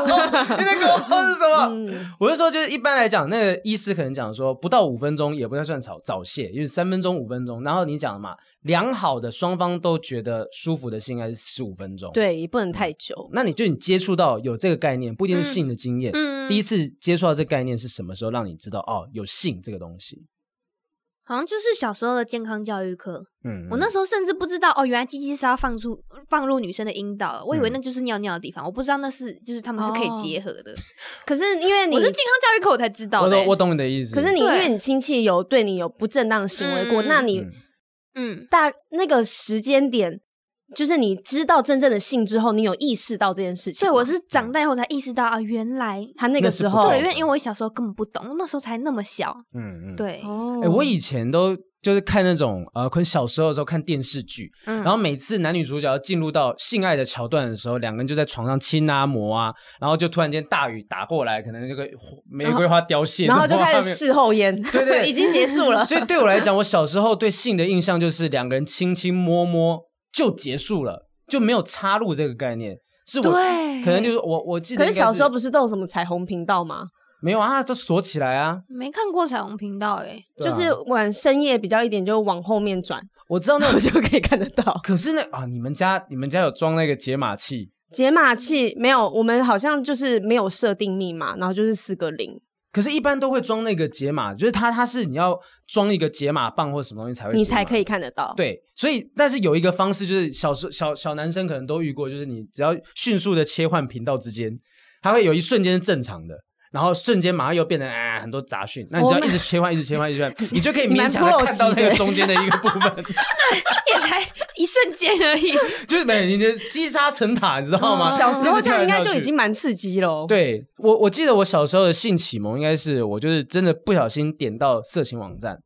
A: <laughs> 你在跟我说是什么？
B: 嗯，
A: 我是说，就是一般来讲，那个医师可能讲说，不到五分钟也不太算早早泄，因为三分钟、五分钟。然后你讲的嘛，良好的双方都觉得舒服的性爱是十五分钟。，
B: 对，也不能太久。
A: 那你就你接触到有这个概念，不一定是性的经验。
C: <laughs> 嗯，
A: 第一次接触到这个概念是什么时候让你知道哦有性这个东西？
C: 好像就是小时候的健康教育课，
A: 嗯，
C: 我那时候甚至不知道哦，原来鸡鸡是要放出放入女生的阴道，我以
A: 嗯
C: 为那就是尿尿的地方，我不知道那是就是他们是可以结合的。
B: 可是因为你
C: 我是健康教育课我才知道
A: 我
C: 的、欸
A: 懂我懂你的意思。
B: 可是你因
C: 对
B: 为你亲戚有对你有不正当的行为过，
C: 嗯
B: 那你
A: 嗯
C: 嗯，
B: 大那个时间点，就是你知道真正的性之后，你有意识到这件事情
C: 对，
B: 吗。
C: 我是长大以后才意识到啊，原来
B: 他那个时候，
A: 那是不
C: 对，因为因为我小时候根本不懂，我那时候才那么小，
A: 嗯嗯，。
C: 对，
B: 哦
A: 哎、我以前都就是看那种呃，可能小时候的时候看电视剧，
C: 嗯
A: 然后每次男女主角要进入到性爱的桥段的时候，两个人就在床上亲啊、磨啊，然后就突然间大雨打过来，可能那个火玫瑰花凋谢，
B: 然后就开始
A: 试。
B: 事后烟，
A: 对对
B: <laughs> 已经结束了。
A: 所以对我来讲，我小时候对性的印象就是两个人亲亲摸摸就结束了，就没有插入这个概念。是我
C: 对
A: 可能就是我我记得
B: 可
A: 应
B: 是
A: 该是
B: 小时候不是都有什么彩虹频道吗？
A: 没有啊，就锁起来啊。
C: 没看过彩虹频道欸诶、
A: 对
B: 就
A: 啊
B: 是晚深夜比较一点，就往后面转，
A: 我知道 <laughs> 那
B: 我
A: 种，
B: 就可以看得到
A: 可是那啊，你们家你们家有装那个解码器，
B: 解码器。没有，我们好像就是没有设定密码，然后就是四个零，
A: 可是，一般都会装那个解码，就是它它是你要装一个解码棒或者什么东西才会，
B: 你才可
A: 以。
B: 以看得到。
A: 对，所以但是有一个方式，就是小时小小男生可能都遇过，就是你只要迅速的切换频道之间，它会有一瞬间是正常的，然后瞬间马上又变成啊、很多杂讯，那你只要一直切换，一直切换，一直切换，你就可以勉强的看到那个中间的一个部分，
C: <laughs> 也才一瞬间而已。
A: 就是每你的积沙成塔，你知道吗？
C: 嗯
B: 小时候这样应该
A: 一直跳来
B: 就
A: 跳
B: 已
A: 去
B: 经蛮刺激了。，
A: 对我，我记得我小时候的性启蒙应该是我就是真的不小心点到色情网站，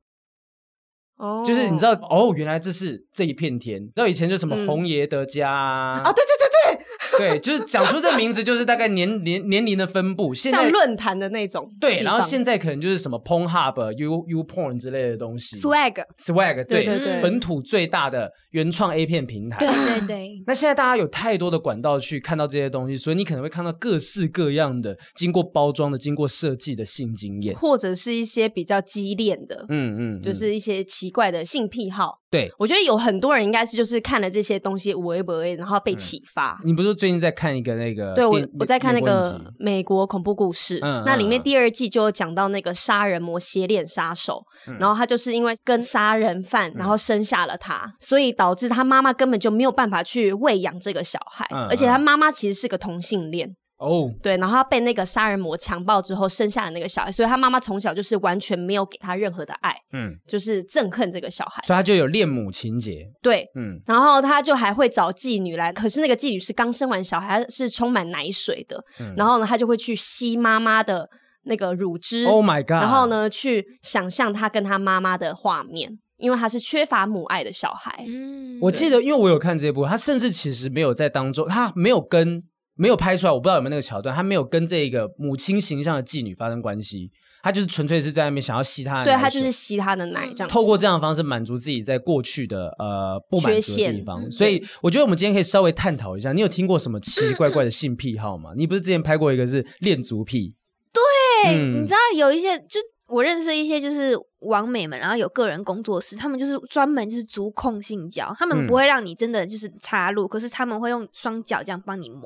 B: 哦
A: 就是你知道哦，原来这是这一片天。到以前就什么
B: 嗯
A: 红爷的家啊
B: 啊，对对对对，
A: 对，就是讲出这名字就是大概年年年龄的分布。现
B: 像
A: 在
B: 论坛的那种地方。
A: 对，然后现在可能就是什么 Pornhub、U U Porn 之类的东西
C: swag，
A: ，Swag
B: 对
A: 对
B: 对对，
A: 本土最大的原创 A 片平台。
C: 对对对，
A: 那现在大家有太多的管道去看到这些东西，所以你可能会看到各式各样的、经过包装的、经过设计的性经验。
B: 或者是一些比较激烈的，
A: 嗯嗯，嗯
B: 就是一些奇怪的性癖好。
A: 对
B: 我觉得有很多人应该是就是看了这些东西，无微不微，然后
A: 嗯
B: 被启发。
A: 你不是最近在看一个那个
B: 对
A: 呃电？
B: 我，我在看那
A: 美国
B: 个
A: 影集
B: 美国恐怖故事，
A: 嗯嗯
B: 那里面
A: 嗯
B: 第二季就有讲到那个杀人魔邪恋杀手，
A: 嗯
B: 然后他就是因为跟杀人犯，然后生下了他，所以导致他妈妈根本就没有办法去喂养这个小孩，
A: 嗯嗯
B: 而且他妈妈其实是个同性恋，
A: 哦，
B: 对，然后他被那个杀人魔强暴之后生下了那个小孩，所以他妈妈从小就是完全没有给他任何的爱，
A: 嗯，
B: 就是憎恨这个小孩，
A: 所以他就有恋母情节，
B: 对。
A: 嗯，
B: 然后他就还会找妓女来，可是那个妓女是刚生完小孩，是充满奶水的。
A: 嗯
B: 然后呢，他就会去吸妈妈的那个乳汁
A: Oh my god！
B: 嗯然后？呢，去想象他跟他妈妈的画面，因为他是缺乏母爱的小孩。
C: 嗯
A: 我记得，因为我有看这部，他甚至其实没有在当中，他没有跟没有拍出来，我不知道有没有那个桥段，他没有跟这个母亲形象的妓女发生关系，他就是纯粹是在那边想要吸她的
B: 对
A: 奶水，
B: 他就是吸他的奶这样子。
A: 透过这样的方式满足自己在过去的呃不满足的地
B: 缺陷
A: 方，
C: 嗯
A: 所以我觉得我们今天可以稍微探讨一下，你有听过什么奇奇怪怪的性癖好吗？你不是之前拍过一个是恋足癖？
C: 对，
A: 嗯
C: 你知道有一些，就我认识一些就是网美们，然后有个人工作室，他们就是专门就是足控性交，他们
A: 嗯
C: 不会让你真的就是插入，可是他们会用双脚这样帮你磨，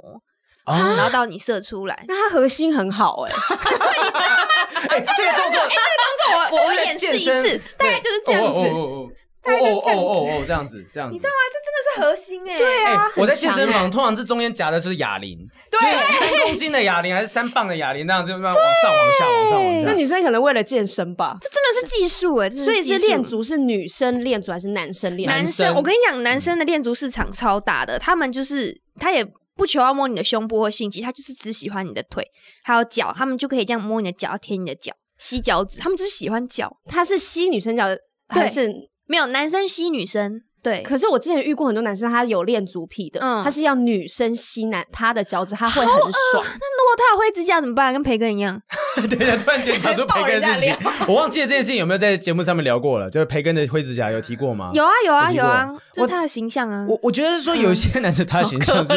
A: 啊
C: 然后到你射出来。
B: 那他核心很好哎、
A: 哎，这个动作，哎，
C: 这个动作我我
A: 是在
C: 演示
A: 健
C: 一
A: 身
C: 次，大概就是这样子，
A: 哦哦哦哦哦哦哦，这样 <laughs> 子，这样子，你知道吗？
C: 这是核心哎、对
A: 哎、我在健身
B: 很强
A: 房，通常这中间夹的是哑铃，对，三公斤的哑铃还是三磅的哑铃，那样子慢慢往上、往下、往上、往下。
B: 那
A: <laughs>
B: 女生可能为了健身吧，
C: 这真的是技术哎、
B: 所以是
C: 练
B: 练足是女生练足还是男生练足？
C: 男生，
A: 生嗯
C: 我跟你讲，男生的恋足市场超大的，他们就是他也不求要摸你的胸部或性器，他就是只喜欢你的腿还有脚，他们就可以这样摸你的脚，舔你的脚，吸脚趾，他们就是喜欢脚。
B: 他是吸女生脚的
C: 对
B: 还是？
C: 没有男生吸女生，对，
B: 可是我之前遇过很多男生，他有练足癖的，
C: 嗯
B: 他是要女生吸男他的脚趾，他会很
A: <laughs>
B: 爽。
C: 如果他有灰指甲怎么办？跟培根一样，
A: 等一下，突然间讲 <laughs> 出培根的事情
C: 爆人，
A: <laughs> 我忘记了这件事情有没有在节目上面聊过了？就是培根的灰指甲有提过吗？
C: 有啊有啊
A: 有
C: 有啊
A: 我，
C: 这是他的形象啊。
A: 我我觉得是说有一些男生他的形 <laughs> 象是，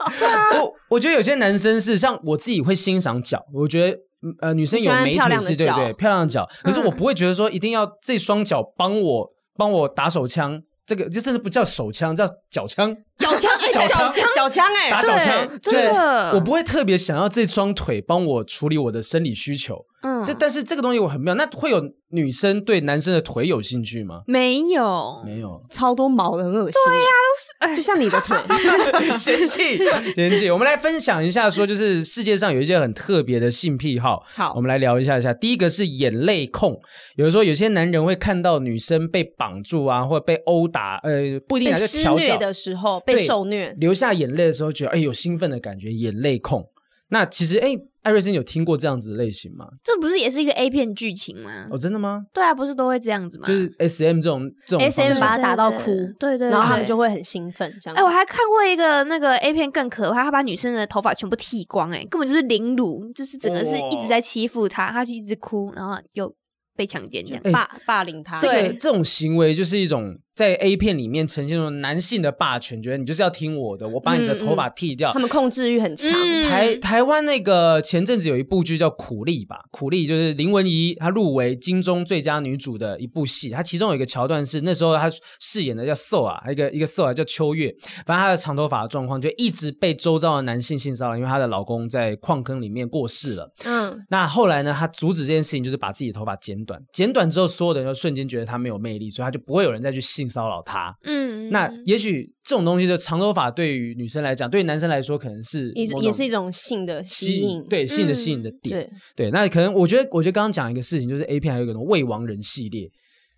C: 哦
A: <laughs> 我我觉得有些男生是像我自己会欣赏脚，我觉得嗯呃女生有美
B: 你喜欢
A: 腿
B: 漂亮的
A: 是对
B: 脚嗯
A: 对漂亮的脚，可是我不会觉得说一定要这双脚帮我帮我打手枪，这个这甚至不叫手枪，叫脚枪，
C: 脚枪，哎
A: <laughs> 脚枪
B: 脚枪哎，
A: 打脚枪，
C: 对真的
A: 我不会特别想要这双腿帮我处理我的生理需求，
C: 嗯
A: 这、，但是这个东西我很妙，那会有女生对男生的腿有兴趣吗？
C: 没有，
A: 没有
B: 超多毛的，很恶心。对呀、就像你的腿，
C: 哎
A: <laughs> 嫌
B: <laughs>
A: 弃嫌弃。我们来分享一下，说就是世界上有一些很特别的性癖好，
B: 好
A: 我，们来聊一下一下。第一个是眼泪控，有的时候有些男人会看到女生被绑住啊，或者被殴打，呃，不一定
B: 被
A: 啊，就
B: 施
A: 调
B: 虐
A: 教
B: 的时候，被
A: 对
B: 受虐，
A: 流下眼泪的时候，觉得哎有兴奋的感觉，眼泪控。那其实哎，艾瑞森有听过这样子的类型吗？
C: 这不是也是一个 A 片剧情吗？
A: 哦，真的吗？
C: 对啊，不是都会这样子吗？
A: 就是 S M 这种这种
B: SM
A: 方
B: 把
A: 向
B: 他打到哭
C: 对对对，
B: 然后他们
C: 对
B: 就会很兴奋，这样。
C: 哎、我还看过一个那个 A 片更可怕，他把女生的头发全部剃光、哎，根本就是凌辱，就是整个是一直在欺负她，她就一直哭，然后又被强奸这样。
A: 哎
B: 霸霸凌他，
A: 这个
C: 对
A: 这种行为就是一种在 A 片里面呈现出男性的霸权，觉得你就是要听我的，我把你的
B: 嗯
A: 头发剃掉
B: 他。们控制欲很强。
C: 嗯
A: 台台湾那个前阵子有一部剧叫《苦力》吧，《苦力》就是林文怡她入围金钟最佳女主的一部戏，她其中有一个桥段是那时候她饰演的叫 s o 啊，一个一个 s o 啊叫秋月，反正她的长头发的状况就一直被周遭的男性性骚扰，因为她的老公在矿坑里面过世了。
B: 嗯嗯，
A: 那后来呢，他阻止这件事情，就是把自己的头发剪短。剪短之后，所有的人就瞬间觉得他没有魅力，所以他就不会有人再去性骚扰他。
C: 嗯，
A: 那也许这种东西的长头发对于女生来讲，对于男生来说可能是
B: 也
A: 某种
B: 也是一种性的
A: 吸
B: 吸引，嗯
A: 对吸引的吸引的点。
B: 对，
A: 对，那可能我觉得，我觉得刚刚讲一个事情，就是 A 片还有一个什么未亡人系列，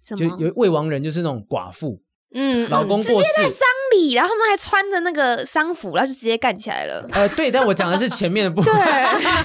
C: 什
A: 就
C: 么
A: 有未亡人就是那种寡妇，
B: 嗯，
A: 老
B: 嗯
A: 公过世。
C: 丧礼，然后他们还穿着那个丧服，然后就直接干起来了。
A: 呃，对，但我讲的是前面的部分，
C: 对，
A: <laughs>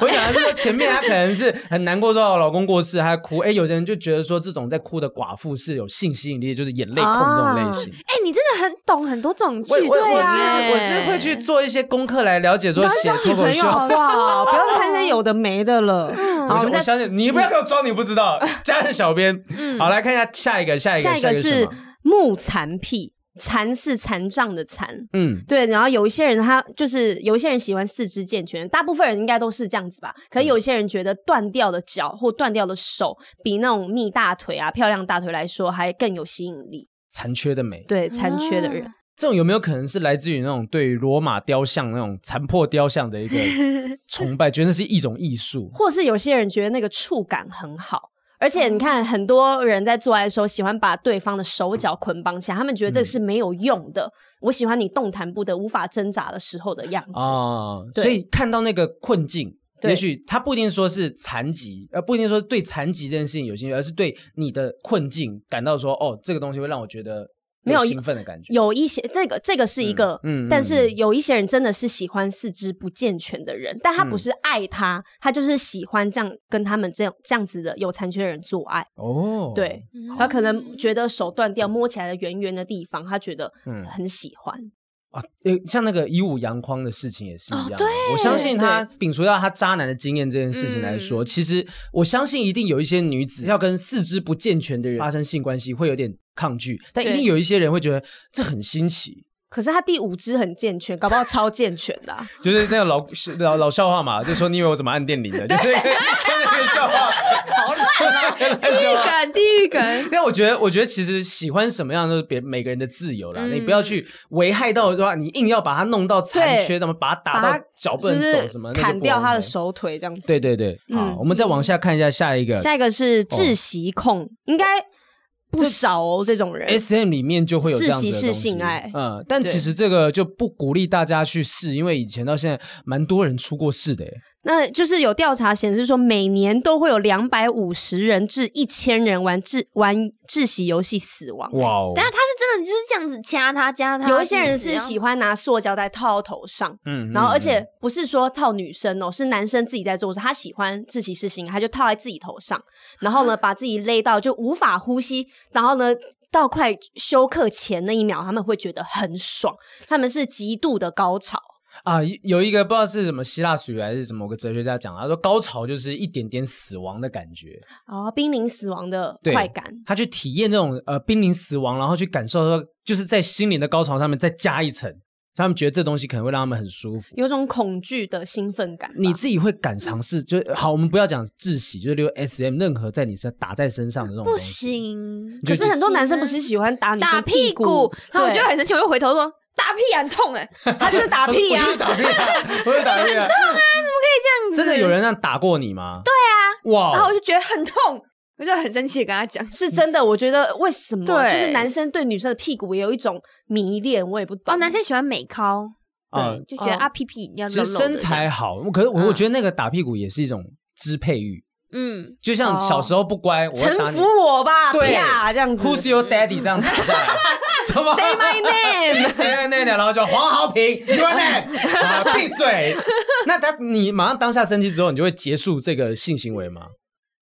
A: 我讲的是说前面她可能是很难过，说老公过世，她哭。哎，有的人就觉得说这种在哭的寡妇是有性吸引力，就是眼泪控这种类
B: 啊
A: 型。
C: 哎、你真的很懂很多这种
A: 我
C: 剧
A: 我我
C: 对啊
A: 是我是会
C: <laughs>
A: 去做一些功课来了解说写脱
B: 女
A: 口
B: 朋友
A: 秀。
B: 好不好？不要再看那些有的没的了。
C: 嗯
A: 我
B: 好，我
A: 相
B: 们
A: 我
B: 再
A: 相信你，不要给我装你不知道。
B: <laughs>
A: 加上小编，好来看一下下一个，下一个，
B: 嗯下一个
A: 什
B: 是
A: 么
B: 木残癖，残是残障的残。
A: 嗯，
B: 对，然后有一些人他就是有一些人喜欢四肢健全，大部分人应该都是这样子吧。可能有一些人觉得断掉的脚或断掉的手，比那种蜜大腿啊、漂亮大腿来说还更有吸引力。啊
A: 残缺的美。
B: 对，残缺的人，
A: 这种有没有可能是来自于那种对于罗马雕像那种残破雕像的一
B: <laughs>
A: 个
C: 嗯
A: 崇拜，觉得那是一种艺术？
B: 或是有些人觉得那个触感很好。而且你看，很多人在做爱的时候喜欢把对方的手脚捆绑起来，他们觉得这是没有用的。我喜欢你动弹不得、无法挣扎的时候的样子。
A: 啊、
B: 对
A: 所以看到那个困境，
B: 对
A: 也许他不一定说是残疾，呃，不一定说对残疾这件事情有兴趣，而是对你的困境感到说，哦，这个东西会让我觉得
B: 没有
A: 兴奋的感觉。
B: 有一些这个这个是一个，
A: 嗯嗯嗯
B: 但是有一些人真的是喜欢四肢不健全的人，但他
A: 嗯
B: 不是爱他，他就是喜欢这样跟他们这样这样子的有残缺的人做爱，
A: 哦，
B: 对，
C: 嗯
B: 他可能觉得手断掉，摸起来的圆圆的地方，他觉得
A: 嗯
B: 很喜欢，
A: 啊，呃像那个以武扬匡的事情也是一样啊、
C: 哦对
A: 我相信他摒除掉他渣男的经验这件事情来说，其实我相信一定有一些女子要跟四肢不健全的人发生性关系会有点抗拒，但一
C: 对
A: 定有一些人会觉得这很新奇。
B: 可是他第五只很健全，搞不好超健全
A: <laughs>
B: 的啊、
A: 就是那个老是老老笑话嘛，就说你以为我怎么按电铃的，就是那个就是那个笑话，好 <laughs> 烂啊！
C: 地狱梗，地 <laughs> 狱梗。
A: 但我觉得，我觉得其实喜欢什么样都是别每个人的自由啦，
C: 嗯
A: 你不要去危害到的话，你硬要把它弄到残缺，
B: 对
A: 怎么把它
B: 把
A: 打
B: 它
A: 到脚哦不
B: 就
A: 能
B: 是
A: 走什么，那就
B: 砍
A: 不
B: 掉他的
A: OK。
B: 手腿这样子。
A: 对对对，好，
B: 嗯
A: 我们再往下看一下下一个
B: 下一个是
A: 哦
B: 窒息控，应该不少哦，这种人。
A: S M 里面就会有这样子的
B: 窒息
A: 东
B: 式
A: 西
B: 性爱
A: 嗯，但其实这个就不鼓励大家去试，因为以前到现在蛮多人出过事的耶。
B: 那就是有调查显示说，每年都会有两百五十人至一千人玩窒玩窒息游戏死亡。
A: 哇哦，
C: 但是他是真的就是这样子掐他，掐他。
B: 有一些人是
C: 然后
B: 喜欢拿塑胶袋套到头上，
A: 嗯
B: 然后
A: 嗯
B: 而且不是说套女生哦，是男生自己在做，他喜欢自己事情，他就套在自己头上，然后呢把自己勒到就无法呼吸，然后呢到快休克前那一秒，他们会觉得很爽，他们是极度的高潮。
A: 啊，有有一个不知道是什么希腊俗语还是什么某个哲学家讲，他啊说高潮就是一点点死亡的感觉，
B: 然后濒临死亡的
A: 对
B: 快感，
A: 他去体验这种呃濒临死亡，然后去感受说，就是在心灵的高潮上面再加一层，他们觉得这东西可能会让他们很舒服。
B: 有种恐惧的兴奋感吧。
A: 你自己会敢尝试，就好。我们不要讲窒息，就是例如 S M 任何在你身打在身上的那种
C: 不
A: 东西。
C: 行，
A: 你就
B: 可是很多男生不是喜欢嗯打女
C: 打
B: 生
C: 屁
B: 股
C: 股，，然后我
B: 对
C: 就很生气，我就回头说打屁啊，很痛哎，
B: 他就是打屁呀、
A: 我就打屁啊！我就打屁啊！
C: 这样子
A: 真的有人这样打过你吗？对啊
C: 然
A: 哇
C: 后我！就觉得很痛，我就很生气地跟他讲，
B: 是真的。我觉得为什么
C: 对
B: 就是男生对女生的屁股也有一种迷恋，我也不懂。
C: 哦，男生喜欢美靠，
A: 啊
C: 对，就觉得
B: 哦
C: 啊屁屁要
A: 其
C: 露
A: 实
C: 露
A: 身
C: 的这
A: 材
C: 样，
A: 好，可是我我
C: 嗯
A: 觉得那个打屁股也是一种支配欲，
C: 嗯，
A: 就像小时候不乖，我会打
B: 臣
A: 你
B: 服。我吧，
A: 对
B: 啪这样子。
A: Who's your daddy？这样打下
C: <laughs>
A: 来，什么
B: Say my name？
A: <laughs> 谁来那然后叫黄豪平，Your name，啊闭嘴。那他你马上当下生气之后，你就会结束这个性行为吗？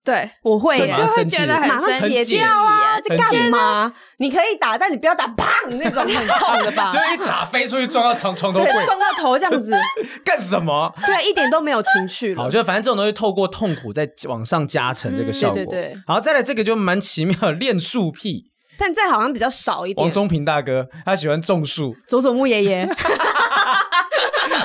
C: 对，
B: <laughs> 我会
C: 就
A: 对
B: 耶、
A: 马
C: 就
A: 上
C: 会
A: 生气
C: 觉得很
B: 啊马上
C: 生
B: 解
C: 气
B: 掉啊！
A: 很
B: 在
A: 解
B: 干嘛？你可以打，但你不要打砰那种很痛的
A: <laughs>
B: 吧？
A: 一打飞出去撞到床床头
B: 啊对，撞到头这样子，
A: <laughs> 干什么？
B: 对，啊一点都没有情趣了
A: 好，。就反正这种东西透过痛苦再往上加成这个效果。
B: 嗯对对对
A: 好，再来这个就蛮奇妙的，练树癖，
B: 但这好像比较少一
A: 王
B: 点。
A: 宗平大哥他喜欢种树， <laughs>
B: 佐佐木爷爷，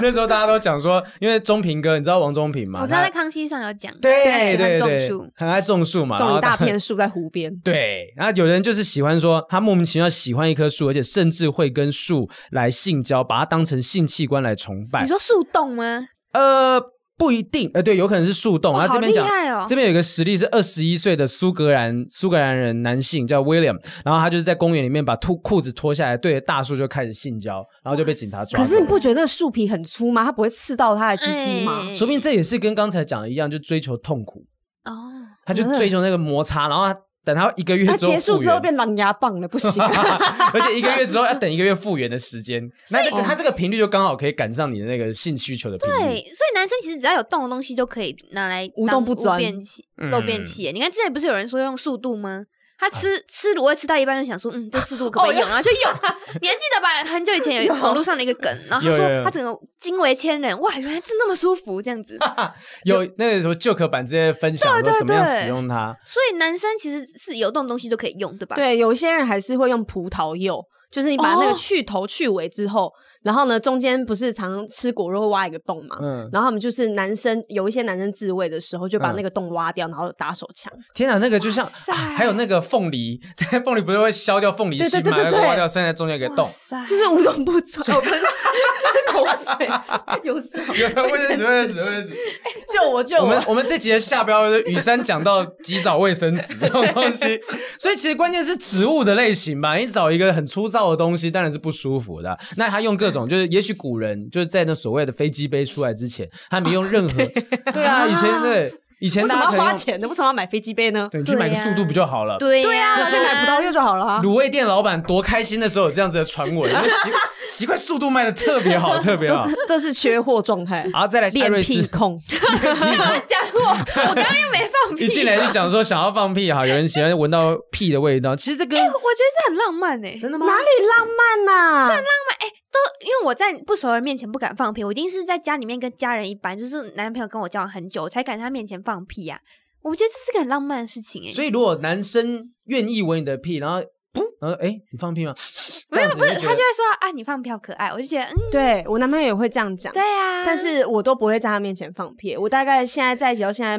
A: 那时候大家都讲说，因为宗平哥，你知道王宗平吗？
C: 我知道
A: 他
C: 在康熙上有讲，
A: 对
C: 喜欢
A: 对
C: 种
A: 对
C: 树，，
A: 很爱种树嘛，然
B: 种
A: 后
B: 一大
A: 他
B: 片树在湖边。
A: 对，然后有的人就是喜欢说，他莫名其妙喜欢一棵树，而且甚至会跟树来性交，把它当成性器官来崇拜
C: 你。说树洞吗？
A: 呃，不一定，呃，对，有可能是树洞。
C: 哦
A: 然后这边讲
C: 好厉害哦，
A: 这边有一个实例是二十一岁的苏格兰苏格兰人男性叫 William，然后他就是在公园里面把裤裤子脱下来，对着大树就开始性交，然后就被警察抓走。
B: 可是你不觉得那个树皮很粗吗？它不会刺到它的鸡鸡吗？
C: 哎
A: 说不定这也是跟刚才讲的一样，就追求痛苦，
C: 哦，
A: 他就追求那个摩擦，然后他等他一个月
B: 它
A: 之后
B: 嗯结束
A: 复
B: 之后
A: 原，
B: 变狼牙棒了，不行、
A: <laughs>
B: 啊
A: 而且一个月之后要等一个月复原的时间，那这个他这个频率就刚好可以赶上你的那个性需求的频
C: 对，所
A: 率。
C: 以男生其实只要有动的东西就可以拿来
B: 无
C: 当
B: 洞不钻
C: 变器
A: 嗯
C: 漏变器耶。你看之前不是有人说用速度吗？他吃吃卤味吃到一半就想说，嗯，这速度可不可
A: <laughs> 哦
C: 以用？然后就用。你还记得吧？很久以前有网络上的一个梗，然后他
A: 有有
C: 说
A: 有
C: 他整个惊为天人，哇，原来是那么舒服这
A: <laughs>
C: 样子。
A: 有那个什么旧刻版这些分享
C: 对
A: 说
C: 对
A: 怎么样
C: 对
A: 使用它，
C: 所以男生其实是有动的东西都可以用，对吧？，
B: 对，有些人还是会用葡萄柚，就是你把那个
C: 哦
B: 去头去尾之后，然后呢，中间不是常吃果肉会挖一个洞嘛？
A: 嗯，
B: 然后他们就是男生，有一些男生自慰的时候就把那个洞挖掉，然后打手枪。
A: 天哪，那个就像、
C: 哇塞
A: 啊还有那个凤梨， <laughs> 在凤梨不是会削掉凤梨心嘛，
B: 对对对对对
A: 然后挖掉，剩下中间有个洞。
B: 就是无孔不穿，我喷口水，有时候
A: <laughs> 有卫生纸，卫
B: 卫
A: 生
B: <laughs> 生
A: 纸，卫生纸。
B: 救我救
A: <laughs> 我们
B: <laughs> 我，
A: 我们这集的下标就是雨山讲到急找卫生纸这种东
B: <laughs>
A: 西，所以其实关键是植物的类型吧。你找一个很粗糙的东西，当然是不舒服的。那他用各种，就是也许古人就是在那所谓的飞机杯出来之前，他没用
B: <laughs>
A: 任何。对啊，以前对以前
B: 为什么
A: 大家
B: 要
A: 可能
B: 花
A: 用，
B: 钱呢？为什么要买飞机杯呢？
A: 对，你去买个速度不就好了？
C: 对
B: 对
C: 呀，
B: 啊，去买葡
C: <laughs>
B: 萄柚就好了啊。
A: 卤味店老板多开心的时候有这样子的传
B: <laughs>
A: 闻，因为奇奇怪速度卖的特别好，特别好。
B: 都 <laughs> 是缺货状态，
A: 然后再来啊艾
B: 恋
A: 瑞
B: 屁
A: 斯，
B: 控，
C: 讲我，我刚刚又没放
A: <laughs>
C: 屁。
A: 一进来就讲说想要放屁哈，有人喜欢闻到屁的味道，其实这跟
C: 我觉得这很浪漫哎、
A: <laughs> 真的吗？
B: 哪里浪漫啊呐、
C: 因为我在不熟人面前不敢放屁，我一定是在家里面跟家人一般，就是男朋友跟我交往很久，我才敢在他面前放屁呀、我觉得这是个很浪漫的事情哎、
A: 所以如果男生愿意闻你的屁，然后噗，然后哎、诶你放屁吗？
C: 没
A: 这
C: 有
A: 样子
C: 不是，
A: 你觉
C: 他
A: 得
C: 就会说啊，你放屁好可爱，我就觉得嗯，
B: 对我男朋友也会这样讲，
C: 对啊。
B: 但是我都不会在他面前放屁。我大概现在在一起到现在，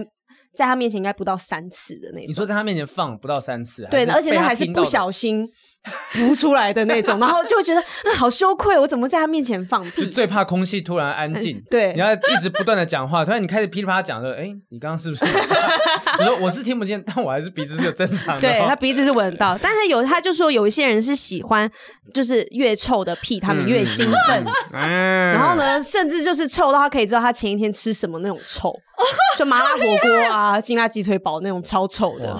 B: 在他面前应该不到三次的那种。
A: 你说在他面前放不到三次，
B: 对，
A: 还
B: 而且
A: 被
B: 那
A: 他
B: 还是
A: 听到
B: 不
A: 的
B: 小心噗出来的那
A: <laughs>
B: 种，然后就会觉得、嗯、好羞愧，我怎么在他面前放
A: 就
B: 屁？
A: 最怕空气突然安静。
B: 嗯对
A: 你要一直不断的讲话，突然你开始噼里啪啦讲说，哎、你刚刚是不是？ <laughs> 你说我是听不见，但我还是鼻子是有正常的。哦
B: 对他鼻子是闻得到，但是有他就说有一些人是喜欢，就是越臭的屁，他们越兴奋。
A: 嗯
B: 然后？呢，甚至就是臭到他可以知道他前一天吃什么那种
A: <laughs>
B: 臭，就麻辣火锅啊、金辣鸡腿堡那种超臭的。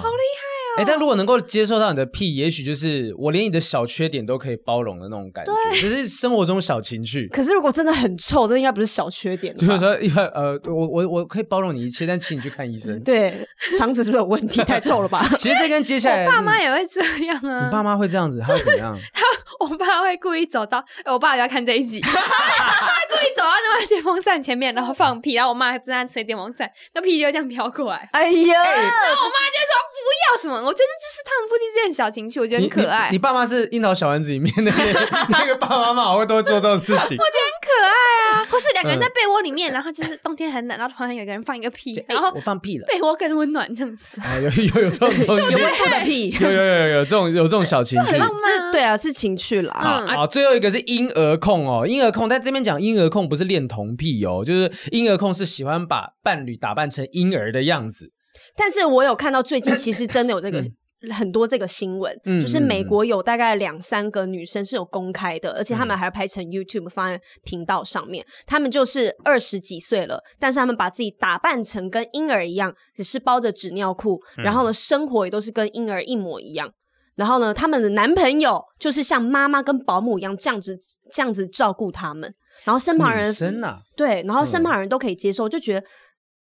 A: 哎、但如果能够接受到你的屁，也许就是我连你的小缺点都可以包容的那种感觉，只是生活中小情趣。
B: 可是如果真的很臭，这应该不是小缺点了
A: <laughs> 就
B: 吧
A: 是说，呃，我我我可以包容你一切，但请你去看医生。
B: 对，肠子是不是有问题？太臭了
A: <laughs>
B: 吧？
A: 其实这跟接下来
C: 我爸妈
A: 嗯
C: 也会这样
A: 你
C: 啊，
A: 爸妈会这样子，他会怎么
C: <laughs>
A: 样？
C: 我爸会故意走到，哎我爸要看这一集，他 <laughs> 故意走到那个电风扇前面，然后放屁，然后我妈正在吹电风扇，那屁就这样飘过来， <laughs>
B: 哎呀，
C: 那我妈就说不要什么，我觉得就是他们夫妻之间的小情趣，我觉得
A: 你
C: 很可爱，
A: 你你爸妈是《樱桃小丸子》里面那个 <laughs> 那个爸爸妈妈，会都会做这种事情。
C: 可 <laughs> 爱啊！或是两个人
A: 嗯
C: 在被窝里面，然后就是冬天很冷，然后突然有个人放一个 <laughs> 屁，然后
A: 我放屁了。
C: 被窝更温暖这样子。
A: 啊，有有有这种东西
B: 有，温度的屁，
A: <laughs> 有有有有有这种有这种小情绪
C: 很。浪嗯
B: 这对啊，是情趣啦。
A: 啊啊！最后一个是婴儿控哦，婴儿控，但这边讲婴儿控不是恋童癖哦，就是婴儿控是喜欢把伴侣打扮成婴儿的样子。
B: 但是我有看到最近其实真的有这个。很多这个新闻，
A: 嗯
B: 就是美国有大概两三个女生是有公开的，而且她
A: 嗯
B: 们还拍成 YouTube 放在频道上面。她们就是二十几岁了，但是她们把自己打扮成跟婴儿一样，只是包着纸尿裤，
A: 嗯
B: 然后呢，生活也都是跟婴儿一模一样。然后呢，她们的男朋友就是像妈妈跟保姆一样这样子这样子照顾她们，然后身旁
A: 女
B: 人
A: 生呐，
B: 对，然后
A: 嗯
B: 身旁人都可以接受，就觉得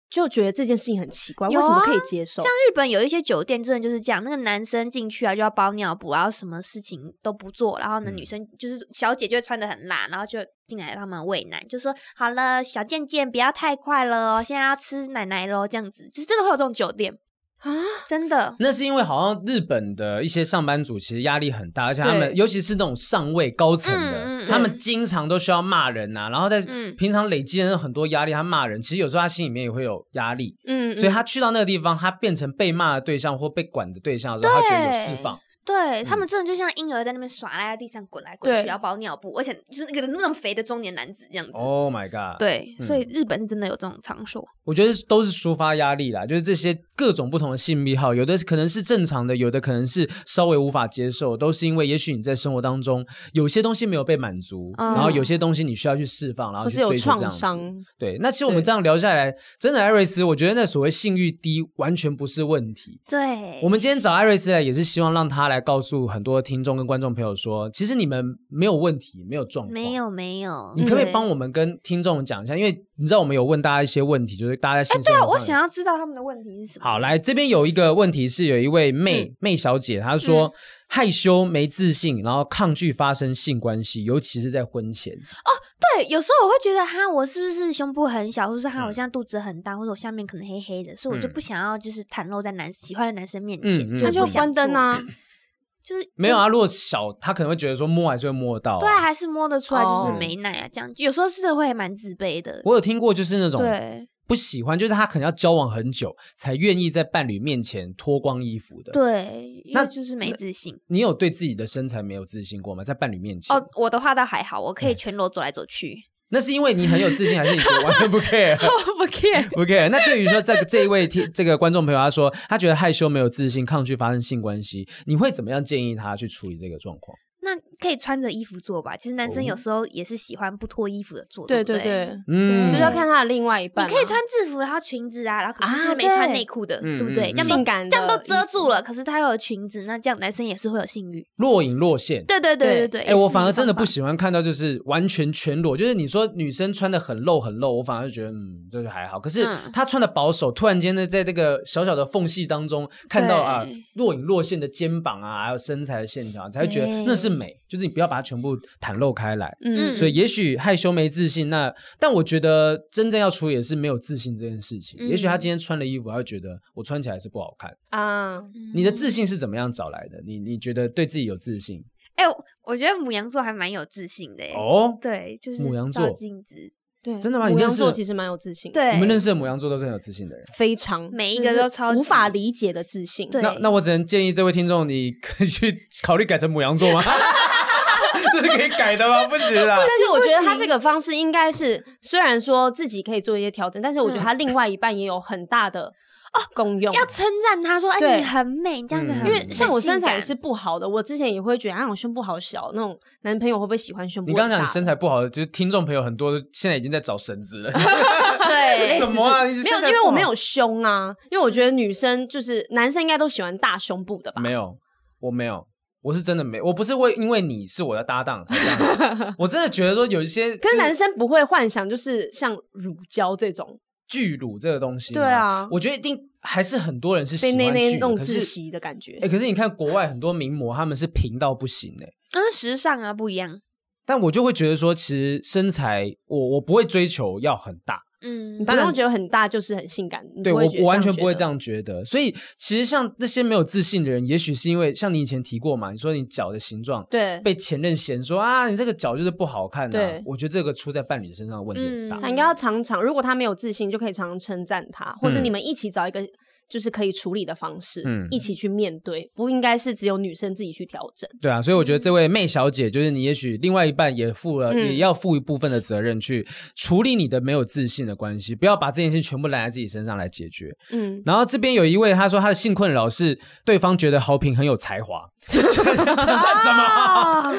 B: 就觉得这件事情很奇怪，
C: 有
B: 为什么
C: 啊
B: 可以接受
C: <laughs> 像？日本有一些酒店真的就是这样，那个男生进去啊就要包尿布，然后什么事情都不做，然后呢
A: 嗯
C: 女生就是小姐就会穿的很辣，然后就进来帮忙喂奶，就说好了小贱贱不要太快了哦，现在要吃奶奶喽这样子，就是真的会有这种酒店
B: 啊，
C: 真的
A: 那是因为好像日本的一些上班族其实压力很大，而且他们
B: 对
A: 尤其是那种上位高层的，
C: 嗯嗯嗯
A: 他们经常都需要骂人呐、然后在
C: 嗯
A: 平常累积了很多压力，他骂人，其实有时候他心里面也会有压力，
B: 嗯
A: 所以他去到那个地方，他变成被骂的对象或被管的对象的时候，他觉得有释放，
C: 对他
A: 嗯
C: 们真的就像婴儿在那边耍赖在地上滚来滚去，
B: 对
C: 要包尿布，而且就是那个那么肥的中年男子这样子。
A: Oh my god！，
C: 对，所以
A: 嗯
C: 日本是真的有这种场所。
A: 我觉得都是抒发压力啦，就是这些各种不同的性癖好，有的可能是正常的，有的可能是稍微无法接受，都是因为也许你在生活当中有些东西没有被满足，
C: 嗯
A: 然后有些东西你需要去释放，然后
B: 或
A: 去
B: 是有
A: 追求这
B: 创
A: 样子。
B: 伤，
A: 对，那其实我们
B: 对
A: 这样聊下来，真的艾瑞斯，我觉得那所谓性欲低完全不是问题。
C: 对
A: 我们今天找艾瑞斯来，也是希望让他来告诉很多听众跟观众朋友说，其实你们没有问题，没有状况，
C: 没有嗯没有，
A: 你可不可以
C: 对
A: 帮我们跟听众讲一下？因为你知道我们有问大家一些问题，就是大家在性生活
C: 对啊，
A: 上
C: 我想要知道他们的问题是什么。
A: 好，来这边有一个问题是有一位妹、
C: 嗯
A: 妹小姐，她说、害羞、没自信，然后抗拒发生性关系，尤其是在婚前。
C: 对，有时候我会觉得哈，我是不是胸部很小，或者是哈，我现在肚子很大，或者我下面可能黑黑的，所以我就
A: 嗯
C: 不想要就是袒露在男喜欢的男生面
A: 嗯
C: 前，
A: 嗯
C: 就
B: 那
A: 嗯
B: 就
C: 不想
B: 关灯 <laughs>
C: 做，
B: 啊。
C: 就是
A: 没有啊，如果小，她可能会觉得说摸还是会摸得到、
C: 对啊，。还是摸得出来，就是
A: 哦
C: 没奶啊，这样有时候是会蛮自卑的。
A: 我有听过，就是那种
C: 对
A: 不喜欢，就是她可能要交往很久才愿意在伴侣面前脱光衣服的。，
C: 对，因
A: 那
C: 为就是没自信。
A: 你有对自己的身材没有自信过吗？在伴侣面前？
C: 哦，我的话倒还好，我
A: 哎
C: 可以全裸走来走去，
A: 那是因为你很有自信，还是你觉得完全不 care？
B: <laughs>
C: 不 care。
A: OK，那对于说这个这一位听这个观众朋友，他说他觉得害羞、没有自信、抗拒发生性关系，你会怎么样建议他去处理这个状况？
C: 那可以穿着衣服做吧。其实男生
A: 哦
C: 有时候也是喜欢不脱衣服的做，
B: 对
C: 不
B: 对
C: 对
B: 对，
A: 嗯，
B: 就是要看他的另外一
C: 你
B: 半嘛。
C: 可以穿制服，然后裙子啊，然后可是
B: 啊
C: 是没穿
B: 对
C: 内裤的，
A: 嗯
C: 对不对？
A: 嗯
C: 这样
B: 性
C: 都
B: 感的
C: 这样都遮
B: 衣服
C: 住了，可是他又有裙子，那这样男生也是会有性欲。
A: 若隐若现。
C: 对对对对
B: 对
C: 对，
A: 哎、
C: 也是
A: 我反
C: 一
A: 而
C: 个
A: 真的
C: 方
A: 不
C: 法。
A: 喜欢看到就是完全全裸，就是你说女生穿的很露很露，我反而觉得嗯，这就还好。可是
C: 嗯
A: 她穿的保守，突然间呢，在这个小小的缝隙当中看到啊
C: 对
A: 若隐若现的肩膀啊，还有身材的线条，才会觉得
C: 对
A: 那是美。就是你不要把它全部袒露开来。
B: 嗯，
A: 所以也许害羞没自信，那但我觉得真正要处理也是没有自信这件事情。
C: 嗯
A: 也许他今天穿了衣服，他会觉得我穿起来是不好看。
B: 啊，
A: 你的
C: 嗯
A: 自信是怎么样找来的？你你觉得对自己有自信
C: 哎，我我觉得母羊座还蛮有自信的哎。
A: 哦？
C: 对，就是
A: 母羊
C: 照
A: 座
C: 镜子，
B: 对，
A: 真的吗你
B: 母羊
A: 认识
B: 座
A: 的
B: 其实蛮有自信的，
C: 对，
A: 你们认识的母羊座都是很有自信的人。
B: 非常
C: 每一
B: 就
C: 个
B: 是
C: 都超
B: 无法
C: 级
B: 理解的自信。
C: 对
A: 那那我只能建议这位听众，你可以去考虑改成母羊座吗？ <laughs> 这是可以改的吗？不行啦。
B: 但是我觉
C: 不
B: 得他
C: 行
B: 这个方式应该是，虽然说自己可以做一些调整，但是我觉得
C: 嗯
B: 他另外一半也有很大的功用。
C: 要称赞他说：“哎，
B: 对
C: 你很美，你这样子
A: 嗯
C: 很
A: 因
C: 美。
A: 为
C: 很
B: 像我身
C: 性
B: 材也
C: 感
B: 是不好的，我之前也会觉得啊，我胸部好小，那种男朋友会不会喜欢胸部
A: 你
B: 很
A: 刚
B: 大
A: 刚
B: 的？
A: 讲你身材不好的，就是听众朋友很多现在已经在找绳子了。<laughs>
C: 对，
A: 什么啊？没
B: 没有，因为我没有胸啊，因为我觉得女生就是男生应该都喜欢大胸部的吧？
A: 没有，我没有，我是真的没，我不是为因为你是我的搭档才这样
B: <laughs>
A: 子，我真的觉得说有一些，
B: 可是男生不会幻想就是像乳胶这种
A: 巨乳这个东西，
B: 对啊
A: 我觉得一定还是很多人是
B: 被
A: 喜
B: 内
A: 欢巨
B: 内
A: 乳，
B: 弄
A: 可
B: 窒
A: 是。
B: 息的感觉
A: 哎、。可是你看国外很多名模，他们是平到不行哎、
C: 但是时尚啊不一样。
A: 但我就会觉得说，其实身材我我不会追求要很大，
C: 嗯
B: 你，不
A: 当然
B: 用觉得很大就是很性感，你
A: 对
B: 不
A: 我
B: 会觉得
A: 我完全
B: 觉
A: 不会
B: 得
A: 这。样觉得。所以其实像那些没有自信的人，也许是因为像你以前提过嘛，你说你脚的形状，
B: 对，
A: 被前任嫌说啊，你这个脚就是不好看、啊。
B: 对
A: 我觉得这个出在伴侣身上的问题很大。
C: 嗯
B: 他应该要常常，如果他没有自信，就可以常常称赞他，或是你们一起找一个就是可以处理的方式，
A: 嗯
B: 一起去面对，不应该是只有女生自己去调整。
A: 对啊，所以我觉得这位妹小姐，就是你，也许另外一半也负了，
B: 嗯
A: 也要负一部分的责任去处理你的没有自信的关系，不要把这件事全部揽在自己身上来解决。
B: 嗯，
A: 然后这边有一位，他说他的性困扰是对方觉得豪平很有才华， <laughs> 这算什么？ <laughs>
C: 啊，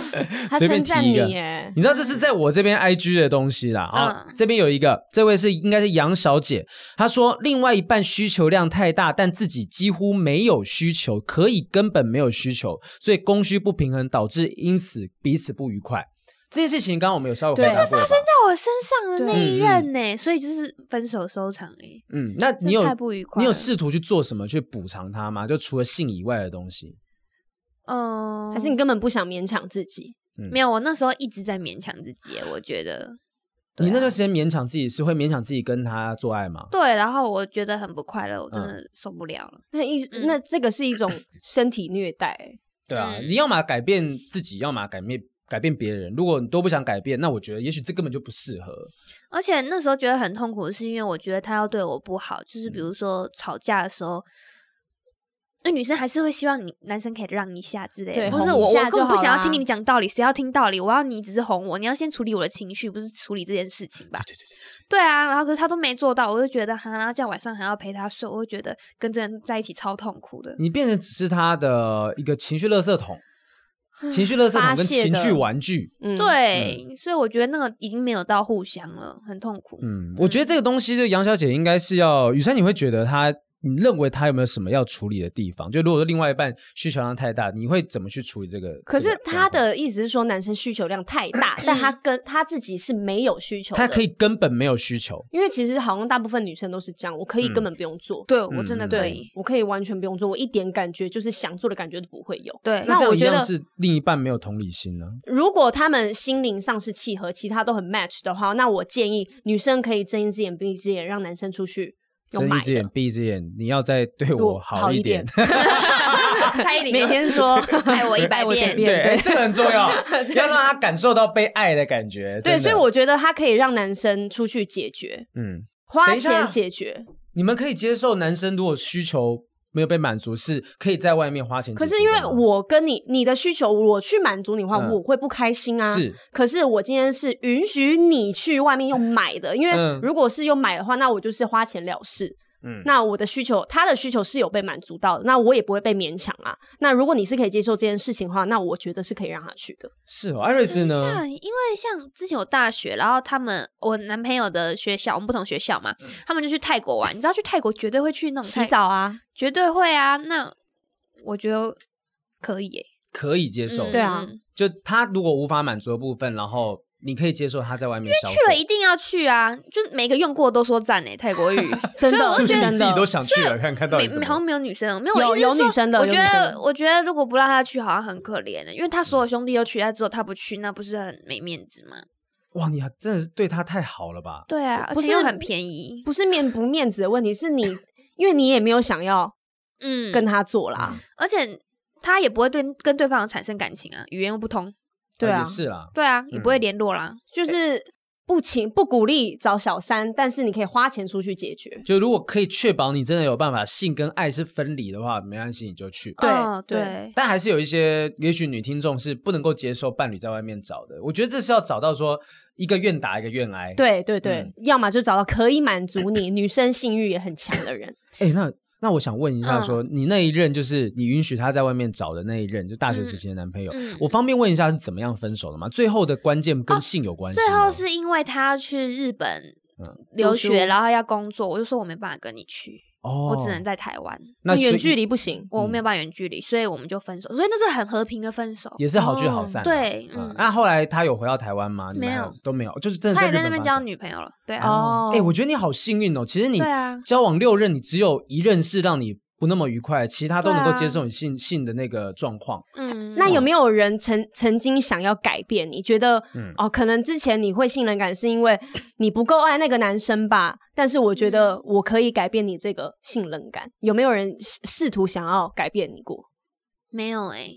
B: 他
A: 随便
B: 称赞
A: 提一
B: 你
A: 个
B: 耶，
A: 你知道这是在我这边 IG 的东西啦啊、这边有一个，这位是应该是杨小姐，她说另外一半需求量太大，但自己几乎没有需求，可以根本没有需求，所以供需不平衡导致因此彼此不愉快。这件事情刚刚我们有稍微回答过吧，
C: 在我身上的那
B: 嗯
A: 对
C: 一任呢，所以就是分手收场哎。
A: 嗯，那
C: 这
A: 你有
C: 太不愉快
A: 你有
C: 了
A: 试图去做什么去补偿他吗？就除了性以外的东西，
C: 嗯，
B: 还是你根本不想勉强自己？
C: 没有？我那时候一直在勉强自己，我觉得
A: 你
C: 啊
A: 那段时间勉强自己是会勉强自己跟他做爱吗？
C: 对，然后我觉得很不快乐，我真
A: 嗯
C: 的受不了了。
B: 那一、
C: 嗯
B: 那这个是
A: <laughs>
B: 一种身体虐待欸耶，
A: 对啊，
C: 嗯
A: 你要么改变自己，要么改变改变别人。如果你都不想改变，那我觉得也许这根本就不适合。
C: 而且那时候觉得很
B: 嗯
C: 痛苦，是因为我觉得他要对我不好，就是比如说吵架的时候，那女生还是会希望你男生可以让一下之类
B: 对
C: 的，或是
B: 哄一
C: 我我
B: 下
C: 根本
B: 就
C: 不想
B: 好
C: 要听
B: 啦
C: 你讲道理，谁要听道理？我要你只是哄我，你要先处理我的情绪，不是处理这件事情吧？
A: 对对对，
C: 对啊，然后可是他都没做到，我就觉得哈，然后这样晚上还要陪他睡，我就觉得跟这人在一起超痛苦
B: 嗯
C: 的。
A: 你变成只是他的一个情绪垃圾桶，情绪垃圾桶
B: 发
A: 跟
B: 泄
A: 情绪
B: 的
A: 玩具。
B: 嗯，
C: 对，所以我觉得那个已经没有到互相了，很痛苦。
A: 嗯，我觉得这个东西，就杨小姐应该是要雨珊，你会觉得她，你认为她有没有什么要处理的地方？就如果说另外一半需求量太大，你会怎么去处理这个？
B: 可
A: 这
B: 是
A: 个
B: 他
A: 状况，
B: 的意思是说，男生需求量太大，但他跟他自己是没有需求的。
A: 他可以根本没有需求。
B: 因为其实好像大部分女生都是这样，我可以
A: 嗯
B: 根本不用做，
C: 对我真的
A: 嗯
C: 可
B: 对
C: 以，
B: 我可以完全不用做，我一点感觉就是想做的感觉都不会有。
C: 对，
B: 那
A: 这样
B: 我
A: 一
B: 觉
A: 样
B: 得
A: 是另一半没有同理心呢、
B: 如果他们心灵上是契合，其他都很 match 的话，那我建议女生可以睁一只眼闭一只眼，让男生出去用
A: 睁
B: 买
A: 一只眼
B: 的。
A: 闭一只眼，你要再对我好一点。
C: 蔡依林
B: 每天说
C: <laughs> 爱我一百
B: 爱我一百
C: 遍，
B: 遍对
A: 哎这个很重要，
B: <laughs>
A: 要让他感受到被爱的感觉。真
B: 对，
A: 的
B: 所以我觉得他可以让男生出去解决，
A: 嗯，
B: 花
A: 等一下
B: 钱解决。
A: 你们可以接受男生如果需求没有被满足，是可以在外面花钱解
B: 可
A: 决的吗。
B: 是因为我跟你你的需求，我去满足你的话，
A: 嗯
B: 我会不开心啊。
A: 是
B: 可是我今天是允许你去外面用买的，因为
A: 嗯
B: 如果是用买的话，那我就是花钱了事。
A: 嗯
B: 那我的需求，他的需求是有被满足到的，那我也不会被勉强啊。那如果你是可以接受这件事情的话，那我觉得是可以让他去的。
A: 是哦，艾瑞斯呢？
C: 像因为像之前我大学，然后他们我男朋友的学校，我们不同学校嘛，
B: 嗯
C: 他们就去泰国玩。你知道去泰国绝对会去那种泰，
B: 啊，
C: 绝对会啊。那我觉得可以、欸，
A: 可以接受，
C: 嗯
B: 对啊，
C: 嗯
A: 就他如果无法满足的部分，然后你可以接受他在外面消费，
C: 去了一定要去啊！就每个用过都说赞诶、欸泰国语
B: 真的
C: 所以我
A: 是不是
C: 就觉
A: 你
C: 得
B: 真的
A: 自己都想去了看看到底
C: 没
A: 怎
C: 没好像
A: 么？
C: 没有女生，没有
B: 有
C: 我意思是
B: 有
C: 说
B: 女生的
C: 我觉
B: 有女生
C: 得
B: 的
C: 我觉得如果不让她去，好像很可怜欸的、因为她所有兄弟都去，她只有她不去，那不是很没面子吗？
A: 哇，你还真的是对他太好了吧？
C: 对啊，而
B: 不
C: 且
B: 是
C: 又很便宜，
B: 不是面不面子的问题，是你因为你也没有想要
C: 嗯，
B: 跟他做啦。
C: 而且他也不会对跟对方产生感情啊，语言又不通，
B: 对啊
A: 哦也是啦，
C: 对啊，也不会联络啦。
B: 就是不请不鼓励找小三，但是你可以花钱出去解决。
A: 就如果可以确保你真的有办法性跟爱是分离的话，没关系，你就去。
B: 对
C: 哦
B: 对
C: 对，
A: 但还是有一些，也许女听众是不能够接受伴侣在外面找的。我觉得这是要找到说一个愿打一个愿挨。，
B: 对对对，
A: 嗯
B: 要么就找到可以满足你女生性欲也很强的人。
A: 哎，那那我想问一
C: 嗯
A: 下说，你那一任就是你允许他在外面找的那一任，就大学时期的男朋友，
C: 嗯
A: 我方便问一下是怎么样分手的吗？最后的关键跟性有关系、吗
C: 哦最后是因为他要去日本
A: 嗯
C: 留
B: 读
C: 学，
B: 书
C: 然后要工作，我就说我没办法跟你去，
A: 哦，
C: 我只能在台湾，
A: 那
B: 远
A: 所以
B: 距离不行，
C: 我没有办法远距离，所以我们就分手。所以那是很和平的分手。
A: 也是好聚好散啊、
C: 对，
A: 嗯
C: 嗯，
A: 那、后来他有回到台湾吗？你们
C: 没
A: 还
C: 有
A: 都没有，就是真的
C: 他也
A: 日
C: 在
A: 本
C: 那边
A: 发
C: 交
A: 展
C: 女朋友了，对啊，
A: 哦
B: 哦。
A: 哎、我觉得你好幸运哦。其实你
C: 对啊
A: 交往六任，你只有一任是让你不那么愉快，其他都能够
C: 对啊
A: 接受你性性的那个状况。
C: 嗯，
B: 那有没有人曾曾经想要改变？你觉得、
A: 嗯
B: 哦，可能之前你会信任感是因为你不够爱那个男生吧？但是我觉
A: 嗯
B: 得我可以改变你这个信任感。有没有人试试图想要改变你过？
C: 没有哎，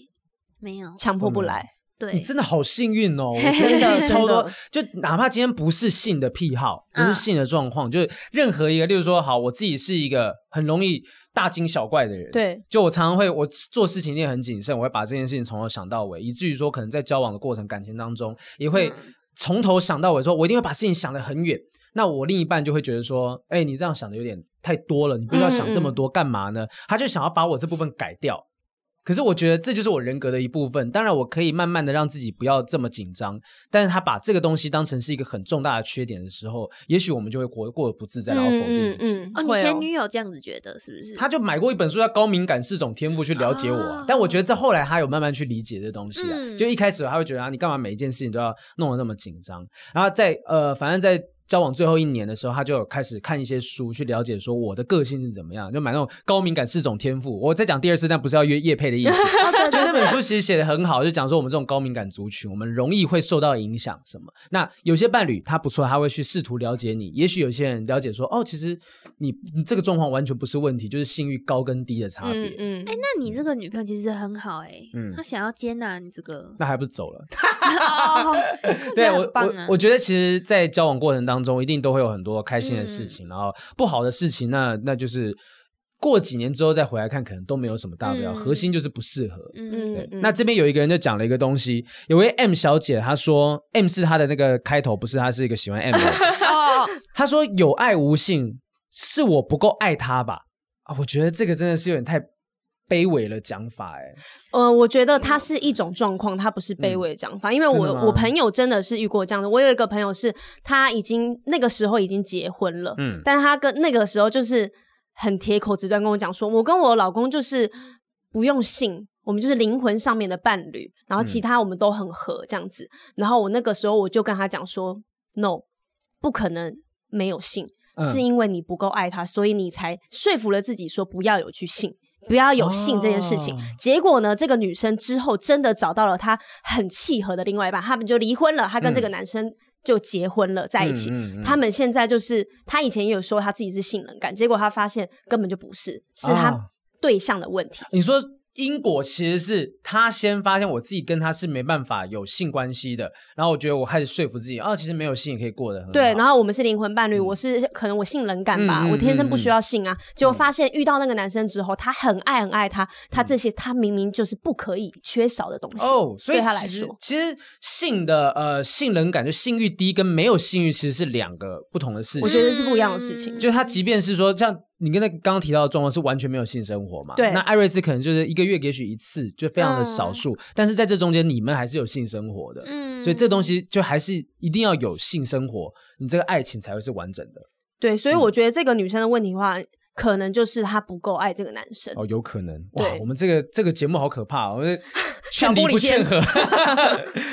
C: 没有，
B: 强迫
A: 嗯
B: 不来，
C: 对
A: 你，真的好幸运
C: <laughs>
A: 哦！我
B: 真
A: 真
B: 的
A: 的超多
B: 真，
A: 就哪怕今天不是性的癖好，不是
C: 嗯
A: 性的状况，就是任何一个，例如说，好，我自己是一个很容易大惊小怪的人，
B: 对，
A: 就我常常会，我做事情也很谨慎，我会把这件事情从头想到尾，以至于说可能在交往的过程、感情当中，也会
C: 嗯
A: 从头想到尾说我一定会把事情想得很远。那我另一半就会觉得说，哎、你这样想的有点太多了，你不需要想这么多，干嘛呢？他就想要把我这部分改掉。可是我觉得这就是我人格的一部分，当然我可以慢慢的让自己不要这么紧张，但是他把这个东西当成是一个很重大的缺点的时候，也许我们就会活过得不自在，然后否定自己。
C: 哦，
B: 嗯
C: 你
B: 会
C: 前女友这样子觉得是不是？
A: 他就买过一本书叫《高敏感四种天赋》去了解我啊、
C: 哦
A: 但我觉得在后来他有慢慢去理解这东西啊。
C: 嗯
A: 就一开始他会觉得啊，你干嘛每一件事情都要弄得那么紧张？然后在呃，反正在交往最后一年的时候，他就有开始看一些书去了解说我的个性是怎么样，就买那种《高敏感四种天赋》。我在讲第二次，但不是要约叶配的意思。
C: 哦
A: 就那本书其实写的很好，就讲说我们这种高敏感族群，我们容易会受到影响什么。那有些伴侣他不错，他会去试图了解你。也许有些人了解说，哦，其实你你这个状况完全不是问题，就是性欲高跟低的差别。
B: 嗯嗯，哎、
C: 那你这个女朋友其实很好哎
A: 嗯，
C: 她想要接纳你这
A: <laughs>
C: 个，
A: 那还不走了？
C: 哦，
A: 对
C: 这
A: 我
C: 很棒啊
A: 我我觉得其实，在交
C: 嗯
A: 往过程当中，一定都会有很多开心的事情，然后不好的事情那，那就是过几年之后再回来看，可能都没有什么大不了。
C: 嗯
A: 核心就是不适合。
C: 嗯，
A: 对
B: 嗯，嗯
A: 那这边有一个人就讲了一个东西，有位 M 小姐她说，M 是她的那个开头，不是她是一个喜欢 M 的
B: <laughs>
A: 人。
C: 哦，
A: 她说有爱无性，是我不够爱他吧？啊，我觉得这个真的是有点太卑微了讲法哎、
B: 呃，我觉得它是一种状况，它不是卑微的讲法，因为
A: 嗯真的吗
B: 我我朋友真的是遇过这样的。我有一个朋友是，他已经那个时候已经结婚了，
A: 嗯，
B: 但他跟那个时候就是很铁口直断跟我讲说，我跟我老公就是不用性，我们就是灵魂上面的伴侣，然后
A: 嗯
B: 其他我们都很合这样子。然后我那个时候我就跟他讲说，no，不可能没有性，
A: 嗯
B: 是因为你不够爱他，所以你才说服了自己说不要有去性。不要有性这件事情，
A: 哦
B: 结果呢，这个女生之后真的找到了她很契合的另外一半，他们就离婚了，她跟这个男生就结婚了，在一起。
A: 嗯嗯嗯
B: 他们现在就是，他以前也有说他自己是性冷感，结果他发现根本就不是，是
A: 啊
B: 他对象的问题。
A: 你说因果其实是他先发现我自己跟他是没办法有性关系的，然后我觉得我开始说服自己，啊，其实没有性也可以过得很好。
B: 对，然后我们是灵魂伴侣，
A: 嗯
B: 我是可能我性冷感吧，
A: 嗯嗯
B: 我天生不需要性啊。结果发现遇到那个男生之后，他很爱很爱他，他这些他明明就是不可以缺少的东
A: 嗯
B: 西。
A: 哦，所以
B: 对他来
A: 其实
B: 说嗯
A: 其实性的呃性能感就性欲低跟没有性欲其实是两个不同的事情。
B: 我觉得是不一样的事情
C: 嗯。
A: 就是他，即便是说像你跟那个刚刚提到的状况是完全没有性生活嘛，
B: 对嗯
A: 那艾瑞斯可能就是一个月也许一次，就非常的少数，但是在这中间你们还是有性生活的，
C: 嗯
A: 所以这东西就还是一定要有性生活，你这个爱情才会是完整的
B: 对，所以
A: 嗯
B: 我觉得这个女生的问题的话，可能就是她不够爱这个男生。
A: 哦，有可能哇，
B: 对
A: 我们这个这个节目好可怕、哦，
B: <laughs>
A: 我们劝
B: 讲
A: 离
B: 玻
A: 不
B: 璃
A: 劝
B: 间 <laughs>
A: 和。 <laughs>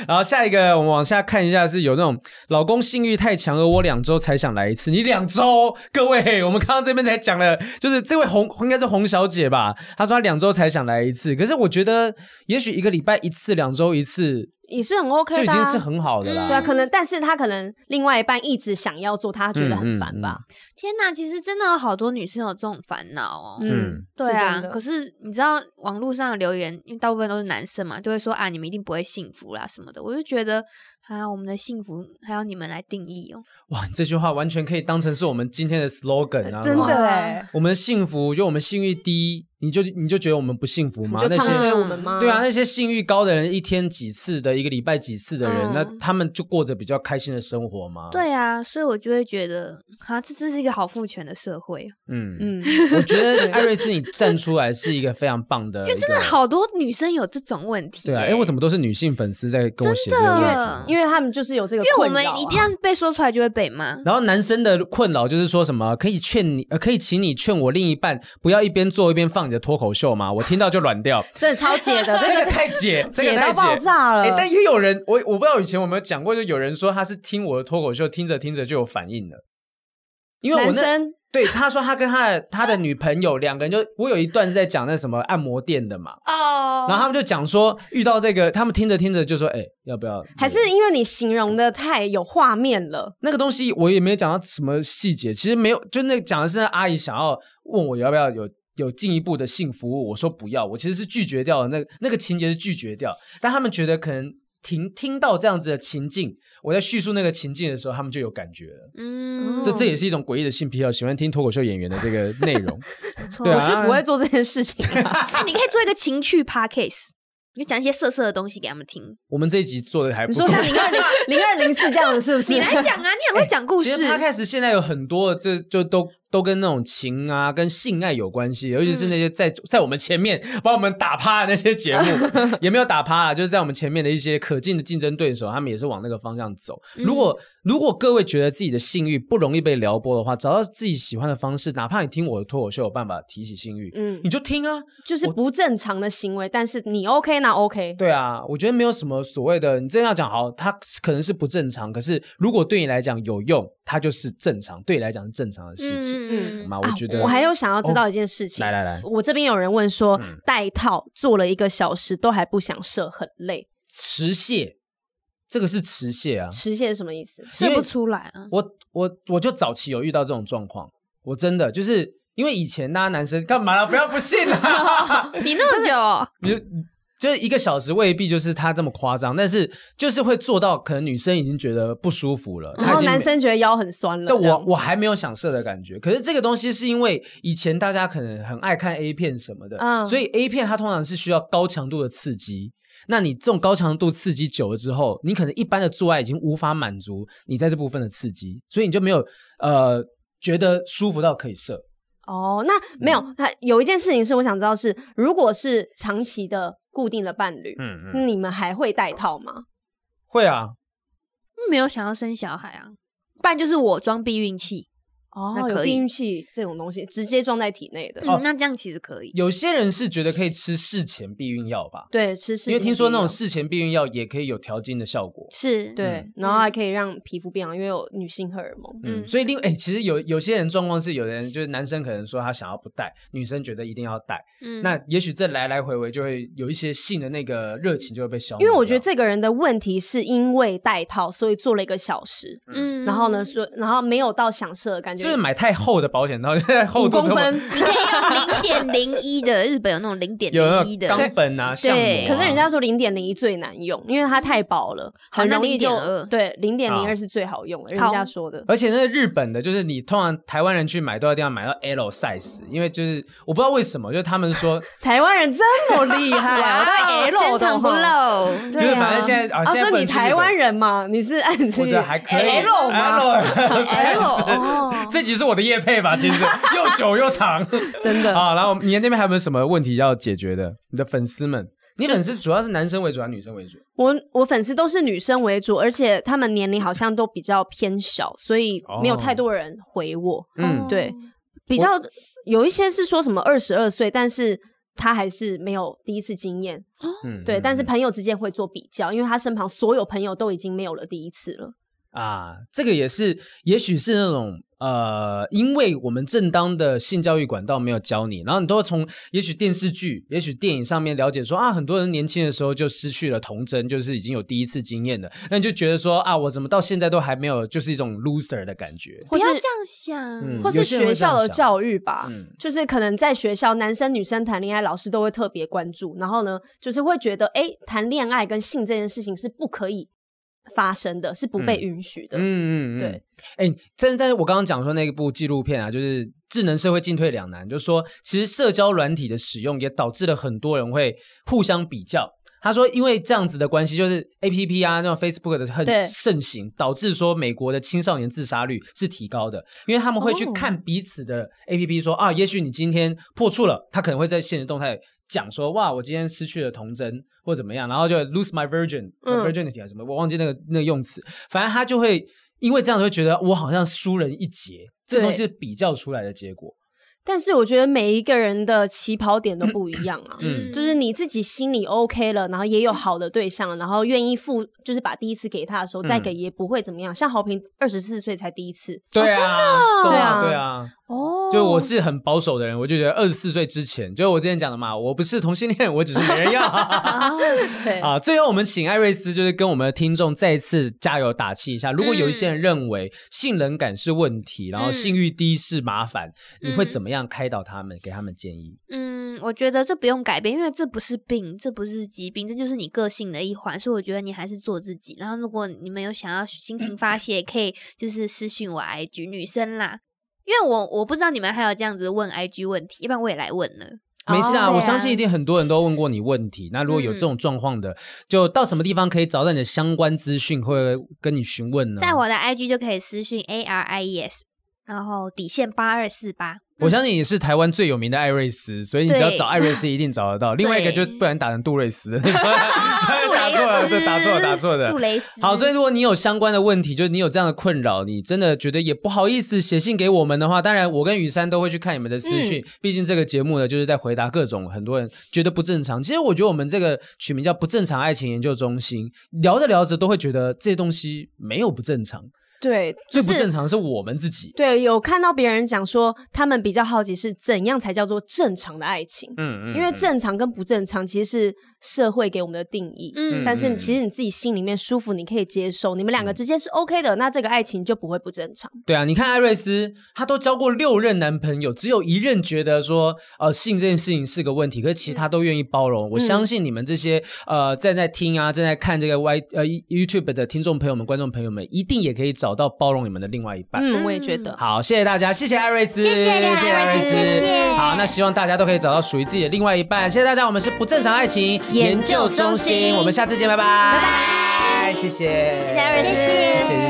A: 然后下一个我们往下看一下是有那种老公性欲太强了，我两周才想来一次，你两周，各位，我们刚刚这边才讲了，就是这位红应该是红小姐吧，她说她两周才想来一次，可是我觉得也许一个礼拜一次，两周一次
B: 也是很 OK 的、
A: 就
B: 啊，
A: 已经是很好的啦。
B: 对啊，可能但是他可能另外一半一直想要做，他觉得
A: 嗯
B: 很烦吧。
C: 天哪，其实真的有好多女生有这种烦恼哦。
A: 嗯
C: 对啊，可
B: 是
C: 是你知道网络上的留言，因为大部分都是男生嘛，就会说啊，你们一定不会幸福啦什么的。我就觉得啊，我们的幸福还要你们来定义哦。
A: 哇，你这句话完全可以当成是我们今天的 slogan 啊！
B: 真
A: 哇
B: 的哎、
C: 哇
A: 我们幸福，就我们性欲低，你就你就觉得我们不幸福吗？
B: 你就
A: 那
B: 唱
A: 些
B: 衰我们
C: 嗯
B: 吗？
A: 对啊，，那些性欲高的人，一天几次的，一个礼拜几次的人，
C: 嗯
A: 那他们就过着比较开心的生活吗？，
C: 对啊，所以我就会觉得啊，这真是一个好父权的社会，啊
A: 嗯嗯，
B: 嗯，
A: 我觉得艾瑞斯你站出来是一个非常棒的一个，
C: 因为真的好多女生有这种问题、
A: 对啊，哎、
C: 哎，
A: 我怎么都是女性粉丝在跟我写这
C: 真
A: 个
C: 的
A: 问题，
B: 因为他们就是有这个
C: 因为我
B: 困扰啊、
C: 们一定要被说出来就会被骂。
A: 然后男生的困扰就是说什么可以劝你，呃，可以请你劝我另一半不要一边做一边放你的脱口秀吗？我听到就软
C: <laughs>
A: 掉，
B: 真的超解
A: <laughs>
B: 的，
A: 这
B: 这
A: 个
B: 个
A: 太解，这个
B: 解
A: 太
B: 到爆
A: 解。
B: 炸了。
A: 哎、但也有人，我我不知道以前有没有讲过，就有人说他是听我的脱口秀，听着听着就有反应了。因为我
B: 男
A: 那
B: 生
A: 对他说他跟他的他的女朋友两个人就，我有一段是在讲那什么按摩店的嘛，
C: 哦
A: 然后他们就讲说遇到这个，他们听着听着就说，哎、要不要？
B: 还是因为你形容的太有画面了，
A: 那个东西我也没有讲到什么细节，其实没有，就那个讲的是那阿姨想要问我要不要有有进一步的性服务，我说不要，我其实是拒绝掉的，那个那个情节是拒绝掉，但他们觉得可能听听到这样子的情境，我在叙述那个情境的时候，他们就有感觉了。
C: 嗯，
A: 这这也是一种诡异的性癖好，喜欢听脱口秀演员的这个内
B: <laughs>
A: 容。
C: 不错
A: 对啊
B: 我是不会做这件事情的、
C: 你可以做一个情趣 podcast，你就讲一些色色的东西给他们听。
A: 我们这一集做的还不
B: 你
A: 错
B: 说。像零二零零二零四这样子是不是？
C: 你来讲啊，你很会讲
A: <laughs>
C: 故
A: 其
C: 事
A: 实。他开始现在有很多的这就都都跟那种情啊、跟性爱有关系，尤其是那些在、在我们前面把我们打趴的那些节目， <laughs> 也没有打趴啊，就是在我们前面的一些可敬的竞争对手，他们也是往那个方向走。如果如果各位觉得自己的性欲不容易被撩拨的话，找到自己喜欢的方式，哪怕你听我的脱口秀有办法提起性欲，
B: <laughs> 嗯
A: 你，就听啊，
B: 就是不正常的行为，但是你 OK 那 OK，
A: 对啊，我觉得没有什么所谓的，你真要讲好，它可能是不正常，可是如果对你来讲有用，它就是正常，对你来讲是正常的事情。
C: 嗯，
A: 嘛，
B: 啊
A: 我觉得、
B: 我还有想要知道一件事情。
A: 来来来，
B: 我这边有人问说
A: 嗯，
B: 戴套做了一个小时都还不想射，很累，
A: 持蟹，这个是持蟹啊！
B: 实现什么意思？
C: 射不出来
A: <laughs>
C: 啊。
A: 我我我就早期有遇到这种状况，我真的 <laughs> 就是因为以前大家男生干嘛啦？不要不信啊！
C: 你那么久，
A: 你就是一个小时未必就是他这么夸张，但是就是会做到，可能女生已经觉得不舒服了，
B: 然
A: 她已
B: 后
A: 经
B: 男
A: 没
B: 生觉得腰很酸了。
A: 但
B: 这
A: 我
B: 样
A: 我还没有想射的感觉。可是这个东西是因为以前大家可能很爱看 A 片什么的，
B: 嗯
A: 所以 A 片它通常是需要高强度的刺激。那你这种高强度刺激久了之后，你可能一般的做爱已经无法满足你在这部分的刺激，所以你就没有呃觉得舒服到可以射。
B: 哦，那
A: 嗯
B: 没有，他有一件事情是我想知道是，如果是长期的固定的伴侣，
A: 嗯，
B: 你们还会戴套吗？
A: 会啊，
C: 没有想要生小孩啊，不然就是我装避孕器。
B: 哦
C: 那
B: 有
C: 可以
B: 避孕器这种东西直接装在体内的，
C: 嗯，那这样其实可以。
A: 哦有些人是觉得可以吃事前避孕药吧，
B: 对，吃事
A: 因为
B: 情
A: 听说那种
B: 避孕
A: 事前避孕药也可以有调经的效果。
C: 是，
B: 对
A: 嗯，
B: 然后还可以让皮肤变好，因为有女性荷尔蒙。
A: 嗯，
C: 嗯
A: 所以另哎、其实有有些人状况是，有的人就是男生可能说他想要不戴，女生觉得一定要戴，
C: 嗯
A: 那也许这来来回回就会有一些性的那个热情就会被消磨
B: 因
A: 掉。
B: 为我觉得这个人的问题是因为戴套，所以做了一个小时，
A: 嗯
C: 嗯，
B: 然后呢，说然后没有到享受的感觉，
A: 是不是买太厚的保险套， <laughs> 现在厚
B: 五
A: 度
B: 公
A: 这么
B: 分。
C: 你可以 <laughs> 用零点零一的，日本有那种零点
A: 有那
C: 零一
A: 个
C: 的，
A: 钢本啊、橡膜啊、
C: 对
B: 可是人家说零点零一最难用，因为它太薄了，
C: 好
B: 很
C: 那
B: 容易就
C: 0.2
B: 对零点零
A: 好
B: 二是最好用的，人
C: 好
B: 家说的。
A: 而且那个日本的，就是你通常台湾人去买都一定要买到 L size，因为就是我不知道为什么，就是他们说
B: 台湾人这么厉害啊，
C: 哇
B: 我
C: 哦，
B: 都 L
C: 深藏不
B: 的哈。
A: <laughs>
C: 露。
A: 就
B: 对
A: 是
B: 啊
A: 反正现在啊，
B: 啊，
A: 现在不
B: 所以
A: 能
B: 你
A: 去
B: 台
A: 日本
B: 湾人嘛，你是按
A: 我觉得还可以
B: L 吗？
A: L
C: L
A: 哦
C: 哦，
A: 这集是我的夜配吧？其
B: <laughs>
A: 实又久又长
B: 真 <laughs> 的
A: 啊。然后你那边还有没有什么问题要解决的？你的粉丝们，你粉丝主要是男生为主还是女生为主？
B: 我我粉丝都是女生为主，而且她们年龄好像都比较偏小，所以没有
A: 哦
B: 太多人回我。
A: 嗯，
B: 对，比较有一些是说什么二十二岁，但是她还是没有第一次经验。
A: 嗯
B: 对，但是
A: 嗯
B: 朋友之间会做比较，因为她身旁所有朋友都已经没有了第一次了。
A: 啊，这个也是，也许是那种。呃，因为我们正当的性教育管道没有教你，然后你都会从也许电视剧、也许电影上面了解说啊，很多人年轻的时候就失去了童真，就是已经有第一次经验的，那你就觉得说啊，我怎么到现在都还没有，就是一种 loser 的感觉。
B: 或
C: 不
B: 是
C: 要这样想，
A: 嗯
B: 或
A: 有
B: 是
A: 些人会
B: 学
A: 这样
B: 校的
A: 想
B: 教育吧，
A: 嗯
B: 就是可能在学校，男生女生谈恋爱，老师都会特别关注，然后呢，就是会觉得，哎、谈恋爱跟性这件事情是不可以发生的，是不被
A: 嗯
B: 允许的。
A: 嗯嗯嗯，
B: 对。
A: 哎、但但是我刚刚讲说那部纪录片啊，就是《智能社会进退两难》，就是说其实社交软体的使用也导致了很多人会互相比较。他说，因为这样子的关系，就是 A P P 啊，那种 Facebook 的很
B: 对
A: 盛行，导致说美国的青少年自杀率是提高的，因为他们会去
B: 哦
A: 看彼此的 A P P，说、啊，也许你今天破处了，他可能会在现实动态讲说，哇，我今天失去了童真或怎么样，然后就 lose my virgin、呃
B: 嗯
A: virginity 还是什么，我忘记那个那个用词，反正他就会因为这样子会觉得我好像输人一截，这个东西是比较出来的结果。
B: 但是我觉得每一个人的起跑点都不一样啊。
A: 嗯
B: 就是你自己心里 OK 了，然后也有好的对象了，然后愿意付，就是把第一次给他的时候
A: 嗯
B: 再给，也不会怎么样。像豪平二十四岁才第一次，
A: 对啊，
B: 哦
A: 对
B: 对
A: 啊，
B: 啊
A: 对啊，
C: 哦
A: 就我是很保守的人，我就觉得二十四岁之前，就是我之前讲的嘛，我不是同性恋，我只是没人要。
C: 啊，
B: 对
A: 啊，最后我们请艾瑞斯就是跟我们的听众再一次加油打气一下。如果有一些人认为性冷感是问题，然后
C: 嗯
A: 性欲低是麻烦，你会
C: 嗯
A: 怎么样开导他们，给他们建议？
C: 嗯，我觉得这不用改变，因为这不是病，这不是疾病，这就是你个性的一环，所以我觉得你还是做自己。然后，如果你们有想要心情发泄，也可以就是私信我 IG 女生啦，因为我我不知道你们还有这样子问 IG 问题，要不然我也来问了。
A: 没事啊，
C: 哦对
A: 我
C: 啊嗯
A: 相信一定很多人都问过你问题。那如果有这种状况的，就到什么地方可以找到你的相关资讯，会跟你询问呢？
C: 在我的 IG 就可以私信 A R I E S，然后底线八二四八。
A: 我相信你是台湾最有名的艾瑞斯，所以你只要找艾瑞斯一定找得
C: <laughs>
A: 到。另外一个就不然打成杜瑞斯， <laughs> 哎打错了，对，打错了，打错了。
C: 杜蕾斯。
A: 好，所以如果你有相关的问题，就是你有这样的困扰，你真的觉得也不好意思写信给我们的话，当然我跟雨珊都会去看你们的私讯，毕竟这个节目呢就是在回答各种很多人觉得不正常。其实我觉得我们这个取名叫“不正常爱情研究中心”，聊着聊着都会觉得这些东西没有不正常。
B: 对，
A: 最
B: 就
A: 不
B: 是
A: 正常的是我们自己。
B: 对，有看到别人讲说，他们比较好奇是怎样才叫做正常的爱情，
A: 嗯
B: 因为正常跟不正常其实是社会给我们的定义。
C: 嗯
B: 但是其实你自己心里面舒服，你可以接受，你们
A: 嗯
B: 两个之间是 OK 的，那这个爱情就不会不正常。
A: 对啊，你看艾瑞斯，她都交过六任男朋友，只有一任觉得说，呃，性这件事情是个问题，可是其他都愿意包容。我相信你们这些呃正在听啊、正在看这个 Y 呃 YouTube 的听众朋友们、观众朋友们，一定也可以找到包容你们的另外一半。
B: 嗯，我也觉得。
A: 好，谢谢大家，谢谢艾瑞斯，谢谢艾瑞斯，
C: 谢谢
A: 好，那希望大家都可以找到属于自己的另外一半。谢谢大家，我们是不正常爱情
B: 研究中心
A: 我们下次见，拜拜，拜拜，谢谢，谢谢
B: 艾瑞斯
A: 谢谢。